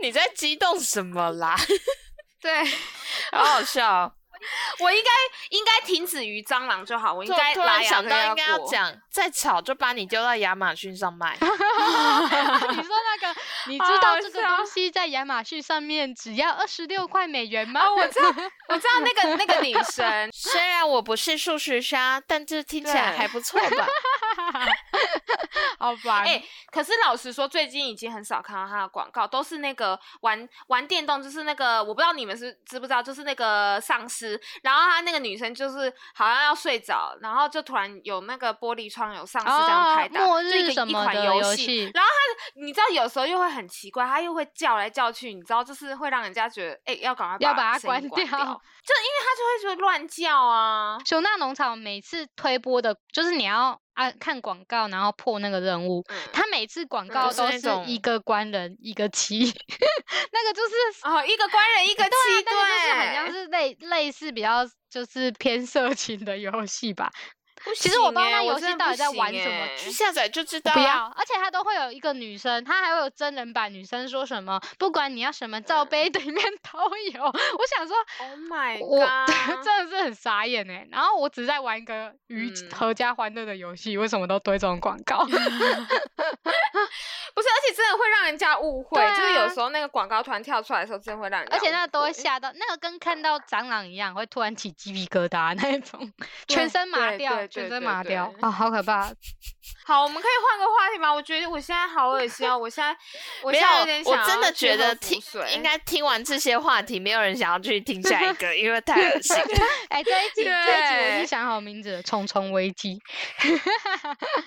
S1: 你在激动什么啦？ <laughs>
S4: 对
S1: 好好笑哦、
S4: <laughs> 我应该应该停止于蟑螂就好，我应
S1: 突
S4: 该
S1: 突
S4: 拉
S1: 然
S4: 雅
S1: 想
S4: 这
S1: 到
S4: 个
S1: 应该要
S4: 过，
S1: 讲，再吵就把你丢到亚马逊上
S4: <laughs>
S1: 卖。，
S2: 你说那个，你知
S4: 好
S2: 道
S4: 好
S2: 这个
S4: 笑
S2: 东西在亚马逊上面只要二十六块美元吗？
S4: 哦我 <laughs> 知道我知道那个那个女生
S1: 虽然我不是数学家，但这听起来
S4: 对
S1: 还不错
S4: <laughs>
S1: 吧？
S2: 好吧，
S4: 哎、可是老实说，最近已经很少看到她的广告，都是那个玩玩电动，就是那个我不知道你们是知不知道，就是那个丧尸，然后她那个女生就是好像要睡着，然后就突然有那个玻璃窗有丧尸这样
S2: 啊
S4: 拍，打，
S2: 末
S4: 就一
S2: 日
S4: 个
S2: 什
S4: 一
S2: 么
S4: 款
S2: 的
S4: 游戏，
S2: 戏， <laughs>
S4: 然后他，你知道有时候又会很奇怪，他又会叫来叫去，你知道，就是会让人家觉得，哎、要赶快
S2: 要把
S4: 把
S2: 它
S4: 声音
S2: 关掉
S4: 掉， <laughs> 就因为他就会觉得乱叫啊。
S2: 熊大农场每次推播的，就是你要按看广告，然后破那个任务。
S4: 嗯，
S2: 它每次广
S4: 嗯
S2: 告
S1: 就是
S2: 都
S1: 那
S2: 是
S1: 种
S2: 一个官人一个妻， <laughs> 那个就是
S4: 哦，一个官人一个
S2: 对
S4: 妻，
S2: 啊，那个就是很
S4: 对，
S2: 像是类类似比较就是偏色情的游戏吧。
S4: 不
S2: 其实我
S4: 行
S2: 不知道
S4: 欸
S2: 那
S4: 我
S2: 游
S4: 真
S2: 戏
S4: 的
S2: 到
S4: 不
S2: 底在玩
S4: 行
S2: 什么
S4: 欸
S1: 去下载就知道
S2: 不
S1: 啊
S2: 要，而且它都会有一个女生，它还会有真人版女生说什么，不管你要什么罩杯，里面都 <laughs> 有。我想说，
S4: Oh my
S2: 我 <laughs>
S4: god！
S2: 真的是很傻眼哎。然后我只在玩一个与
S4: 嗯
S2: 合家欢乐的游戏，为什么都堆这种广告？
S4: 不是，而且真的会让人家误会，
S2: 对啊
S4: 就是有时候那个广告突然跳出来的时候，真的会让人家
S2: <laughs> 而
S4: 误会，
S2: 且那个都会吓 <laughs> 到，那个跟看到蟑螂一样，会突然起鸡皮疙瘩那一 <laughs> 种，全
S4: 对
S2: 身麻
S4: 对
S2: 掉，
S4: 对
S2: 全
S4: 对
S2: 身
S4: 对
S2: 麻掉啊、
S4: 对
S2: 好可怕！
S4: 好，我们可以换个话题吗？我觉得我现在好恶心哦，我现在我
S1: 没
S4: 现
S1: 有
S4: 在有点，
S1: 我
S4: 想
S1: 真
S4: 要
S1: 的
S4: 去
S1: 觉
S4: 喝
S1: 得
S4: 浮
S1: 听
S4: 水
S1: 应该听完这些话题，没有人想要去听下一个，因为太恶心。
S4: <laughs>
S2: 哎、这一 <laughs> 集这一集我已
S4: 对
S2: 经想好名字了，《重重危机》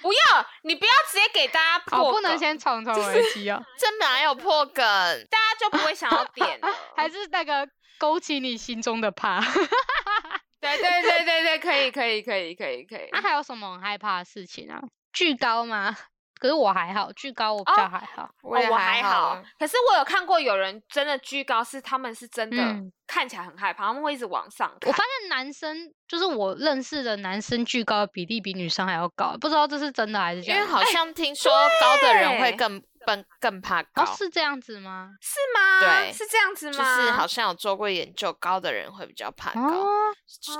S4: 不要，你不要直接给大家破
S2: 哦，
S4: 梗，
S2: 不能先《重 <laughs> 重危机》哦，
S1: 这哪有破梗？
S4: 大家就不会想要点了
S2: 还是那个勾起你心中的怕。
S4: <laughs>
S2: <laughs>
S4: 对对对对对，可以可以可以可以可以。
S2: 那、还有什么很害怕的事情啊？巨高吗？可是我还好，巨高我比较
S4: 哦
S2: 还好。
S1: 我也
S4: 哦、我还
S1: 好，
S4: 可是我有看过有人真的居高，是他们是真的、
S2: 嗯
S4: 看起来很害怕，他们会一直往上
S2: 我
S4: 看。
S2: 发现男生就是我认识的男生巨高的比例比女生还要高，不知道这是真的还是假
S1: 因
S2: 的？哦
S1: 为好像听说高的人会
S4: 哎对
S1: 更笨，更怕高
S2: 哦，，是这样子吗？
S4: 是吗？
S1: 对
S4: 是这样子
S1: 就
S4: 吗？
S1: 是好像有做过研究，高的人会比较怕高。
S2: 哦，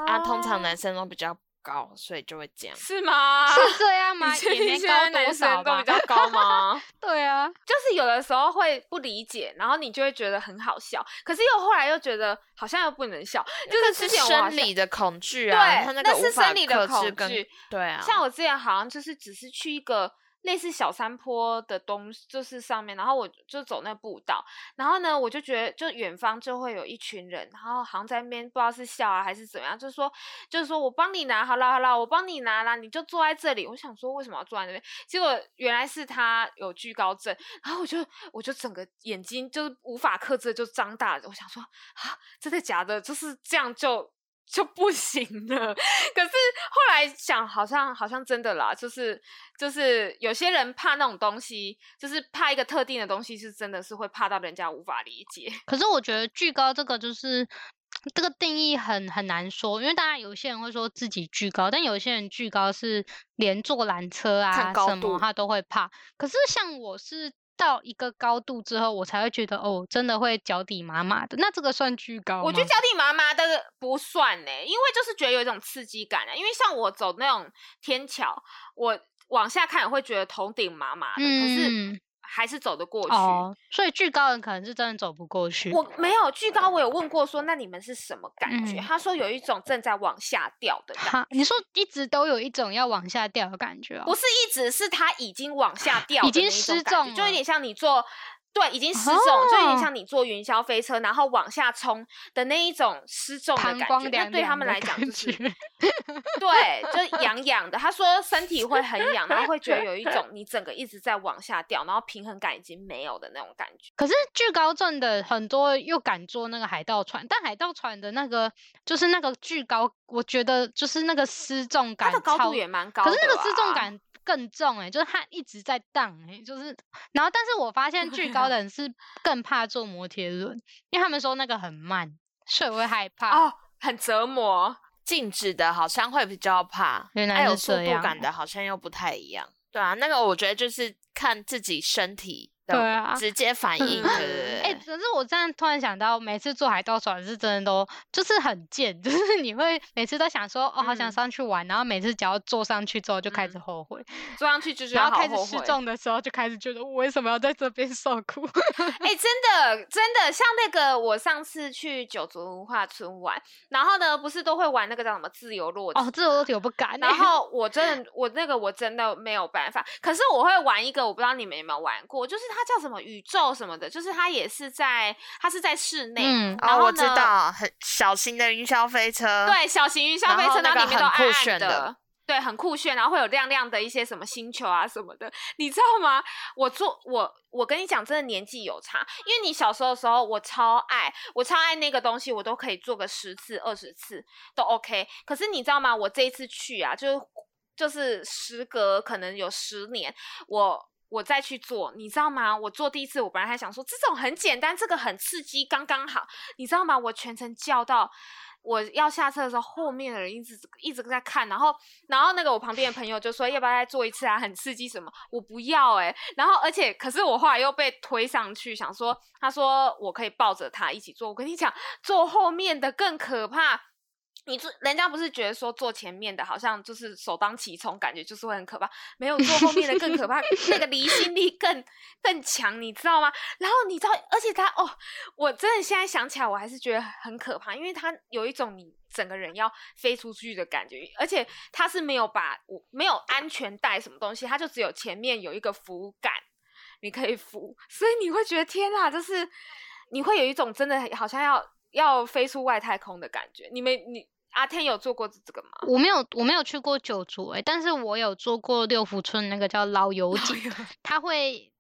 S1: 啊，通常
S4: 哦
S1: 男生都比较高，所以就会这样。
S4: 是吗？ <laughs>
S2: 是这样 <laughs> 吗？
S4: 你确
S2: 也
S4: 定
S2: 没
S4: 现
S2: 高
S4: 在
S2: 多
S4: 男
S2: 少
S4: 生都
S2: 吧
S4: 比？较高吗？
S2: <laughs> 对啊，
S4: <laughs> 就是有的时候会不理解，然后你就会觉得很好笑，可是又后来又觉得好像又不能笑，就是之
S1: 是
S4: 前我好
S1: 生
S4: 像
S1: 理的恐惧啊，
S4: 对，
S1: 他
S4: 那
S1: 个无
S4: 是
S1: 法
S4: 生理的
S1: 克制
S4: 恐
S1: 跟
S4: 惧，
S1: 对啊，
S4: 像我之前好像就是只是去一个类似小山坡的东，就是上面，然后我就走那步道，然后呢，我就觉得就远方就会有一群人，然后好像在那边不知道是笑啊还是怎么样，就是说就是说我帮你拿好啦好啦，我帮你拿啦，你就坐在这里。我想说为什么要坐在那边？结果原来是他有惧高症，然后我就我就整个眼睛就是无法克制地就张大了，我想说啊，真的假的？就是这样就就不行了。可是后来想，好像好像真的啦，就是就是有些人怕那种东西，就是怕一个特定的东西，是真的是会怕到人家无法理解。
S2: 可是我觉得巨高这个就是这个定义很很难说，因为当然有些人会说自己巨高，但有些人巨高是连坐缆车啊
S1: 高
S2: 什
S1: 度
S2: 么他都会怕。可是像我是到一个高度之后，我才会觉得哦，真的会脚底麻麻的。那这个算巨高
S4: 我觉得
S2: 哦吗
S4: 脚底麻麻的不算呢、因为就是觉得有一种刺激感啊。因为像我走那种天桥，我往下看也会觉得头顶麻麻的，可是
S2: 嗯
S4: 还是走得过去。
S2: 哦，所以巨高人可能是真的走不过去。
S4: 我没有巨高，我有问过说，那你们是什么感觉？
S2: 嗯
S4: 他说有一种正在往下掉的感觉，
S2: 哈，你说一直都有一种要往下掉的感觉哦，
S4: 不是一直是他已经往下掉的
S2: 已经
S4: 那一种
S2: 失
S4: 感觉
S2: 重
S4: 就有
S2: 了
S4: 点像你坐。对，已经失重，就有点
S2: 哦
S4: 像你坐云霄飞车，然后往下冲的那一种失重的
S2: 膀
S4: 感
S2: 胱
S4: 觉。那
S2: 凉
S4: 对他
S2: 凉
S4: 们
S2: 的
S4: 来讲，
S2: 感
S4: 就是
S2: <laughs> 觉
S4: 对，就痒痒的。他说身体会很痒，然后会觉得有一种你整个一直在往下掉，然后平衡感已经没有的那种感觉。
S2: 可是巨高症的很多又敢坐那个海盗船，但海盗船的那个就是那个巨高，我觉得就是那个失重
S4: 它
S2: 感
S4: 的高
S2: 超
S4: 度也蛮高的、
S2: 可
S4: 啊，
S2: 是那个失重感更重哎、就是它一直在荡哎、就是然后但是我发现巨高的人是更怕坐摩天轮，因为他们说那个很慢，所以我会害怕。
S4: 哦，很折磨。
S1: 静止的好像会比较怕，
S2: 原来
S1: 还有
S2: 是
S1: 速
S2: 这
S1: 度
S2: 样
S1: 感的好像又不太一样。对啊，那个我觉得就是看自己身体
S2: 对
S1: 的
S2: 啊，
S1: 直接反应，对
S4: 嗯 <laughs>
S1: 对
S2: 哎、
S1: 对
S2: 可是我这样突然想到，每次坐海盗船是真的都就是很贱， <laughs> 就是你会每次都想说哦，好想
S4: 嗯
S2: 上去玩，然后每次只要坐上去之后就开始后悔，
S4: 坐上去就觉得
S2: 然后
S4: 好
S2: 开始
S4: 后
S2: 失
S4: 悔。
S2: 重的时候就开始觉得我为什么要在这边受苦？
S4: 哎、真的真的，像那个我上次去九族文化村玩，然后呢，不是都会玩那个叫什么自由落体？
S2: 哦，这我有不 <laughs> 敢欸、
S1: <laughs>
S4: 然后我真的，我那个我真的没有办法。可是我会玩一个，我不知道你们有没有玩过，就是它叫什么宇宙什么的，就是它也是在，它是在室内。
S2: 嗯，
S4: 然
S1: 哦，
S4: 后
S1: 我知
S4: 呢
S1: 道，很小型的云霄飞车，
S4: 对，小型云霄
S1: 然
S4: 飞
S1: 后
S4: 车，
S1: 那
S4: 然
S1: 个
S4: 后里
S1: 很
S4: 面都暗
S1: 酷炫
S4: 暗
S1: 的
S4: 的，对，很酷炫，然后会有亮亮的一些什么星球啊什么的，你知道吗？我做我我跟你讲，真的年纪有差，因为你小时候的时候，我超爱，我超爱那个东西，我都可以做个十次、二十次都 OK。可是你知道吗？我这一次去啊，就是就是时隔可能有十年，我。我再去做，你知道吗？我做第一次，我本来还想说这种很简单，这个很刺激，刚刚好。你知道吗？我全程叫到我要下车的时候，后面的人一直一直在看，然后然后那个我旁边的朋友就说要不要再做一次啊，很刺激什么？我不要哎、然后而且可是我后来又被推上去，想说他说我可以抱着他一起做，我跟你讲，坐后面的更可怕。你坐，人家不是觉得说坐前面的好像就是首当其冲，感觉就是会很可怕。没有坐后面的更可怕， <laughs> 那个离心力更更强，你知道吗？然后你知道，而且他哦，我真的现在想起来，我还是觉得很可怕，因为它有一种你整个人要飞出去的感觉，而且它是没有把我没有安全带什么东西，它就只有前面有一个扶杆，你可以扶，所以你会觉得天啦，就是你会有一种真的好像要要飞出外太空的感觉。你们你阿天有做过这个吗？
S2: 我没有我没有去过九族哎、但是我有坐过六福村那个叫老油井，它会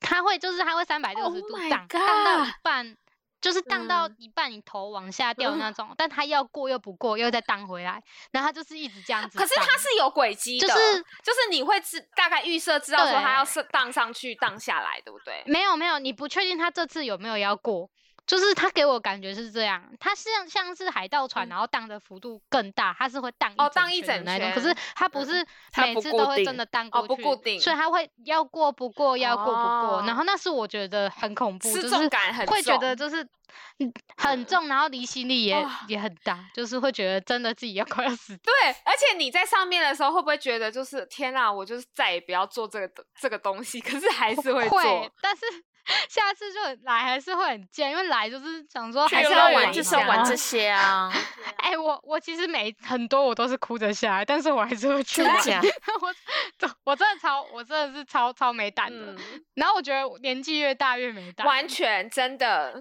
S2: 它会就是它会三百六
S4: Oh
S2: 十度
S4: my
S2: 荡荡到一
S4: god
S2: 半。就是荡到
S4: 嗯
S2: 一半，你头往下掉的那
S4: 嗯
S2: 种，但它要过又不过，又再荡回来，然后它就是一直这样子
S4: 可
S2: 荡。
S4: 是它是有轨迹的，
S2: 就是
S4: 就是你会知大概预设知道说它要
S2: 对嗯
S4: 是荡上去荡下来，对不对？
S2: 没有没有，你不确定他这次有没有要过，就是他给我感觉是这样，他像像是海盗船，
S4: 嗯
S2: 然后荡的幅度更大，它是会荡
S4: 哦荡一
S2: 一整圈的
S4: 整
S2: 那一种，可是它不
S4: 嗯
S2: 是
S1: <laughs> 它
S2: 每
S1: 不
S2: 次
S1: 固
S2: 都会
S1: 定
S2: 真的荡
S4: 哦
S2: 过去，
S4: 不固定
S2: 所以它会要过不过要过不过，
S4: 哦
S2: 然后那是我觉得很恐怖，
S4: 失
S2: 就
S4: 重
S2: 是
S4: 感很
S2: 会觉得
S4: 重
S2: 就是嗯很
S4: 嗯
S2: 重，然后离心力也、
S4: 哦
S2: 也很大，就是会觉得真的自己要快要死掉。
S4: 对，而且你在上面的时候，会不会觉得 <laughs> 就是天啊，我就是再也不要做这个这个东西？可是还是会做，
S2: 但是 <laughs> 下次就很来还是会很贱，因为来就是想说
S1: 去
S2: 还是
S1: 游
S2: 要
S1: 乐园
S2: 玩
S1: 就
S2: 一
S1: 是
S2: 下
S1: 要
S4: <laughs>
S1: 玩这些啊，
S2: 哎、我我其实每很多我都是哭着下来，但是我还是会去
S1: 真的
S2: 玩。
S1: 假
S2: <laughs> 我我真的超，我真的是超超没胆的。
S4: 嗯
S2: 然后我觉得我年纪越大越没胆，
S4: 完全真的，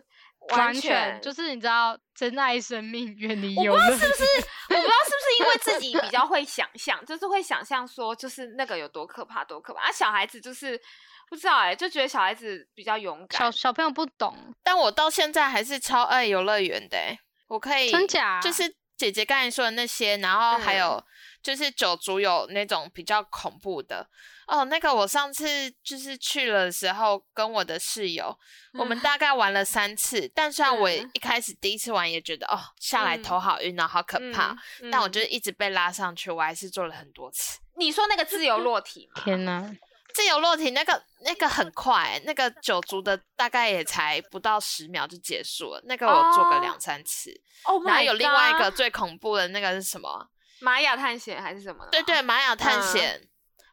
S2: 完
S4: 全
S2: 就是是你知道，珍爱生命，远离
S4: 我
S2: 游
S4: 不知
S2: 乐
S4: 道。是不是，我不知道是不是因为自己比较会想象，就是会想象说，就是那个有多可怕，多可怕。啊，小孩子就是不知道哎、就觉得小孩子比较勇
S2: 小
S4: 敢。
S2: 小朋友不懂，
S1: 但我到现在还是超爱游乐园的欸、我可以
S2: 真假？
S1: 就是姐姐刚才说的那些，然后
S4: 嗯
S1: 还有就是九族有那种比较恐怖的哦。那个我上次就是去了的时候，跟我的室友，我们大概玩了三次。但虽然我
S4: 嗯
S1: 一开始第一次玩也觉得哦下来
S4: 嗯
S1: 头好晕啊，好可怕，
S4: 嗯
S1: 但我
S4: 嗯
S1: 就是一直被拉上去，我还是做了很多次。
S4: 你说那个自由落体嘛，
S2: 天哪！
S4: 哦
S1: 自由落体那个那个很快、那个九族的大概也才不到十秒就结束了，那个我做个
S4: 哦
S1: 两三次。
S4: 哦，
S1: 然后有另外一个最恐怖的那个是什么？
S4: 玛雅探险还是什么的？
S1: 对对，玛雅探
S4: 嗯
S1: 险，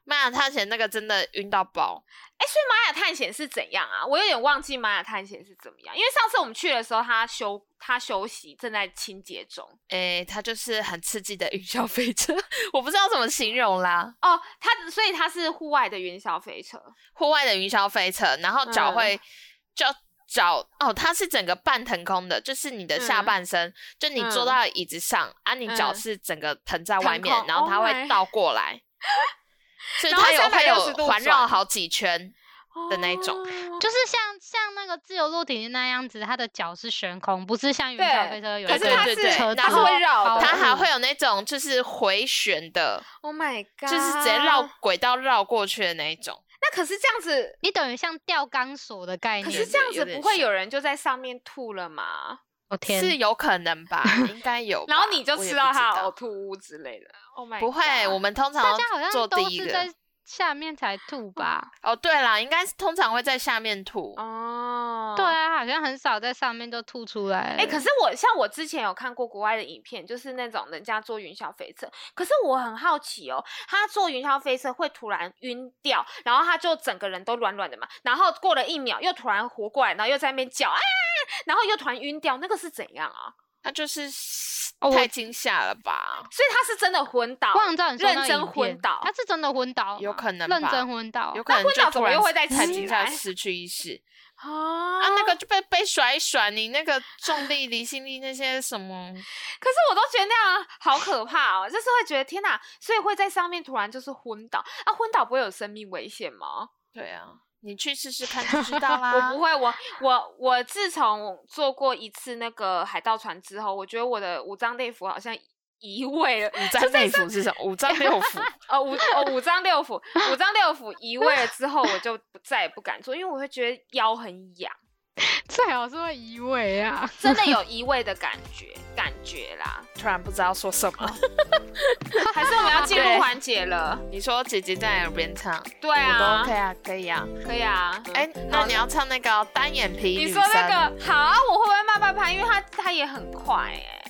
S1: 玛雅探险那个真的晕到爆。
S4: 哎，所以玛雅探险是怎样啊？我有点忘记玛雅探险是怎么样，因为上次我们去的时候，他休他休息，正在清洁中。
S1: 诶，它就是很刺激的云 <laughs> 霄飞车，我不知道怎么形容啦。
S4: 哦，他所以他是户外的云霄飞车，
S1: 户外的云霄飞车，然后脚
S4: 嗯
S1: 会就脚哦，它是整个半腾空的，就是你的下
S4: 嗯
S1: 半身，就你坐
S4: 嗯
S1: 到椅子上，啊，你脚
S4: 嗯
S1: 是整个腾在
S4: 腾
S1: 外面，
S4: 空
S1: 然后它
S4: Oh
S1: 会
S4: my
S1: 倒过
S4: <laughs>
S1: 来，所以
S4: 然后
S1: 它有会
S4: 360
S1: 有
S4: 度
S1: 环绕
S4: 转
S1: 好几圈。的那一种
S4: 哦
S2: 就是像像那个自由落体那样子，它的脚是悬空，不是像云
S4: 对
S2: 霄飞车有
S4: 可
S2: 一
S4: 是
S2: 个
S4: 它
S1: 对
S4: 是
S1: 对对
S2: 车
S1: 然
S4: 它是
S1: 后
S4: 会绕
S2: 包
S4: 的，
S1: 它还
S2: 嗯
S1: 会有那种就是回旋的，
S4: Oh my god，
S1: 就是直接绕。轨道绕过去的那一种。
S4: 那可是这样子，
S2: 你等于像吊钢索的概
S4: 可
S2: 念。
S4: 是这样
S1: 有
S4: 子
S1: 点
S4: 不会
S1: 像
S4: 有人就在上面吐了吗？
S2: 我天，
S1: 是有可能
S4: <laughs>
S1: 吧，应该有吧。
S4: 然后你就
S1: 我也
S4: 吃
S1: 不
S4: 到
S1: 知
S4: 他
S1: 道
S4: 呕吐物之类的？Oh my，
S1: 不会，
S4: god
S1: 我们通常
S2: 大家好
S1: 做
S2: 像
S1: 第
S2: 都
S1: 一
S2: 是
S1: 个
S2: 在。下面才吐吧？
S1: 哦，对啦，应该是通常会在下面吐。
S4: 哦，
S2: 对啊，好像很少在上面就吐出来了。
S4: 哎、可是我像我之前有看过国外的影片，就是那种人家坐云霄飞车，可是我很好奇哦，他坐云霄飞车会突然晕掉，然后他就整个人都软软的嘛，然后过了一秒又突然活过来，然后又在那边叫啊，然后又突然晕掉，那个是怎样啊？
S1: 那就是
S2: 哦我
S1: 太惊吓了吧？
S4: 所以他是真的昏倒啊
S2: 我，想知道你说
S4: 认
S2: 那个
S4: 真
S2: 影
S4: 昏
S2: 片
S4: 倒
S2: 他是真的昏倒吗，啊
S1: 有可能
S2: 认
S1: 吧
S2: 真昏倒
S1: 哦有。可能
S4: 昏
S1: 就
S4: 倒怎
S1: 突
S4: 么
S1: 然
S4: 又会再
S1: 太
S4: 起
S1: 惊吓
S4: 来
S1: 失去意 <laughs> 识
S4: 啊
S1: 啊，那个就被被甩一甩，你那个重力、离心力那些什么，
S4: 可是我都觉得那样好可怕哦，就是会觉得天哪，所以会在上面突然就是昏倒，啊，昏倒不会有生命危险吗？
S1: 对啊，你去试试看就知 <laughs> 道啦。
S4: 我不会，我我我自从坐过一次那个海盗船之后，我觉得我的五脏六腑好像移位了，
S1: 五脏内腑是什么？五脏六腑。 <laughs>
S4: 呃五哦五脏六腑五脏六腑移位了之后，我就不再也不敢坐，因为我会觉得腰很痒，
S2: 最好是会移
S1: <laughs>
S2: 位啊。
S4: 真的有移位的感觉感觉 <laughs> 啦。
S1: 突然不知道说什么。
S4: 还是我们要进
S1: 对
S4: 入环节了？
S1: <laughs> 你说姐姐在耳边 <laughs> 唱，
S4: 对
S1: 我都
S4: 啊
S1: OK，啊，可以啊。
S4: 可以啊。
S1: 哎、那
S4: 好
S1: 你要唱那个哦、单眼皮
S4: 你
S1: 女
S4: 说
S1: 生？
S4: 那个好啊，我会不会慢半拍？因为他他也很快哎、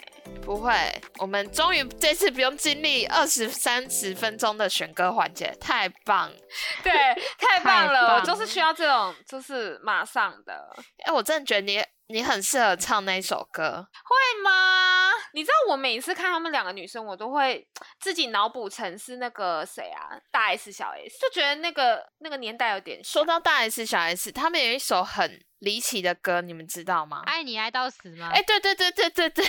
S1: 不会，我们终于这次不用经历二十三十分钟的选歌环节，太棒！
S4: <laughs> 对，太棒了，我
S2: 棒
S4: 就是需要这种，就是马上的，
S1: 哎、我真的觉得你你很适合唱那一首歌。
S4: 会吗？ <laughs> 你知道我每一次看他们两个女生，我都会自己脑补成是那个谁啊，大 S 小 S，就觉得那个那个年代有点
S1: 说
S4: 像
S1: 到大 S 小 S，他们有一首很离奇的歌，你们知道吗？
S2: 爱你爱到死吗？
S1: 哎、对对对对对对。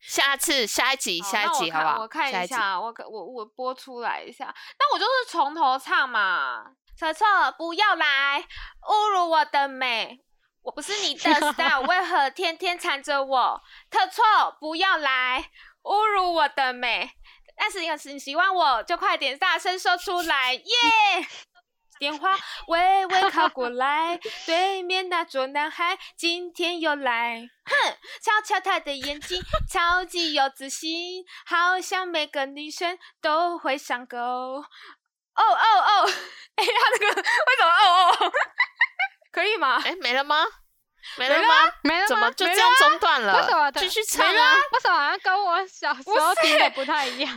S1: 下次下一集下一
S4: 那我
S1: 集好
S4: 看
S1: 不好？
S4: 我看
S1: 下
S4: 一
S1: 集。
S4: 下，我可我我播出来一下。那我就是从头唱嘛。扯扯，不要来侮辱我的美，我不是你 <laughs> 的 star，为何天天缠着我？特错，不要来侮辱我的美，但是要是你喜欢我，就快点大声说出来，耶、 <laughs> 电话微微靠过来，对面那桌男孩今天又来，哼，瞧瞧他的眼睛，超级有自信，好像每个女生都会上钩。哦哦哦， <laughs> 哎，他这个为什么哦哦哦？可以吗？
S1: 哎、没了吗？没
S4: 没
S1: 了
S4: 了
S1: 吗？
S2: 没了啊
S1: 怎么就
S2: 没
S1: 这
S2: 了啊
S1: 样中断
S2: 为什么
S1: 了？
S2: 的
S1: 继续唱
S2: 没了
S1: 啊！ <laughs>
S2: 为什么好像跟我小时候
S4: 不是
S2: 听的不太一样？
S1: 还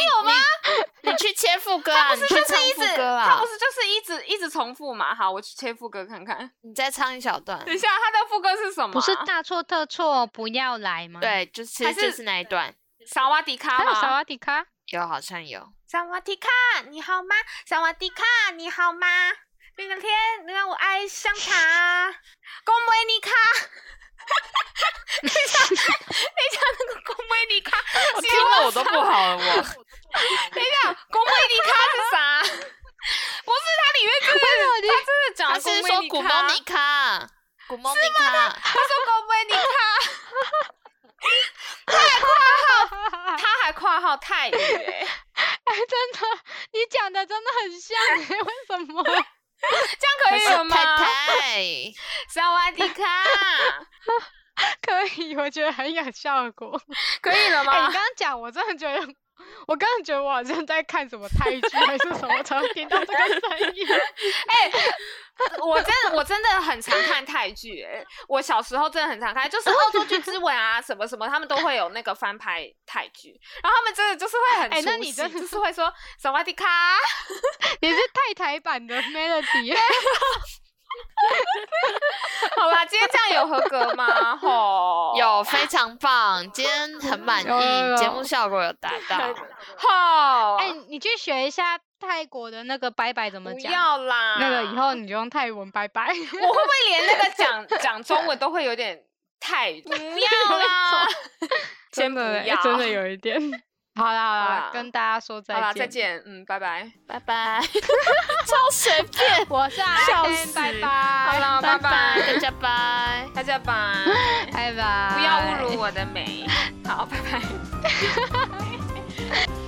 S1: 有吗？你去切副歌啊，你去
S4: 就是
S1: 唱
S4: 一
S1: 副
S4: 直，
S1: 歌
S4: 他
S1: 啊
S4: 不，是就是一直一直重复嘛？好，我去切副歌看看。
S1: 你再唱一小段
S4: 等。一下，他的副歌是什么啊？
S2: 不是大错特错，不要来吗？，
S1: 对，啊就其
S4: 还
S1: 实就是是那一段，
S4: 萨瓦迪卡
S2: 还有
S4: 吗？
S2: 萨瓦迪
S1: <laughs>
S2: 卡，
S1: 有好像有。
S4: 萨瓦迪卡，你好吗？萨瓦迪卡，你好吗？那个天让我爱上他，宫维尼卡。 <laughs> 等一下，等一下，那个宫维尼卡，我
S1: 听了我都不好了，我
S4: 等一下，宫维尼卡是啥？不是，它里面真的，它真的讲
S1: 他
S4: 宫
S1: 是
S4: 维
S1: 说
S4: 尼
S1: 古
S4: 卡
S1: 蒙尼，卡，啊古蒙尼卡，啊
S4: 他说宫维尼卡，他还括号泰语欸
S2: 哎，真的，你讲的真的很像 <laughs> 哎，为什么？
S4: 这
S2: 哎
S1: 他是
S4: 样
S1: 太
S4: 可以 <laughs> 了吗？
S1: 太，
S4: 萨瓦迪卡，
S2: 可以，我觉得很有效果。
S4: 可以了
S2: 哎、
S4: 吗
S2: 你刚？刚讲，我真的觉得，我刚刚觉得我好像在看什么泰剧还是什么，才会听到这个声音。 <laughs>
S4: 我真的我真的很常看泰剧、欸，我小时候真的很常看，
S2: 哦
S4: 就是《恶作剧之吻》啊，什么什么，他们都会有那个翻拍泰剧，然后他们真的就是会很
S2: 哎那
S4: 出
S2: 你
S4: 戏
S2: 真的
S4: 就是会说“萨瓦迪卡
S2: 你是太台版的 Melody，”。
S4: 好啦，今天这样有合格吗？
S2: <laughs>
S4: 吼，
S1: 有非常棒，今天很满
S2: 有有
S1: 意，节
S2: 有
S1: 目效果有达
S2: <laughs>
S1: 到。
S4: 吼，
S2: 哎、你去学一下泰国的那个拜拜怎么
S4: 不
S2: 讲。
S4: 要啦，
S2: 那个以后你就用泰文拜拜，
S4: 我会不会连那个讲讲中文都会有点太不要啦？先
S2: <laughs> 真
S4: 不
S2: 的欸
S4: 要，
S2: 真的有一点。好啦好
S4: <laughs> 好
S2: 啦
S4: 啦，
S2: 跟大家说再
S4: 好啦，
S2: 见，
S4: 再。见，嗯，拜拜，
S1: 拜拜，超随便，
S2: <laughs> 我是阿
S1: 笑
S2: 天，拜
S1: 死
S2: 拜，
S4: 好啦，拜
S1: 拜，大
S4: 拜，
S1: 家拜。
S4: 大家拜。
S2: 拜拜， <laughs>
S4: 不要侮辱我的美。好，拜拜。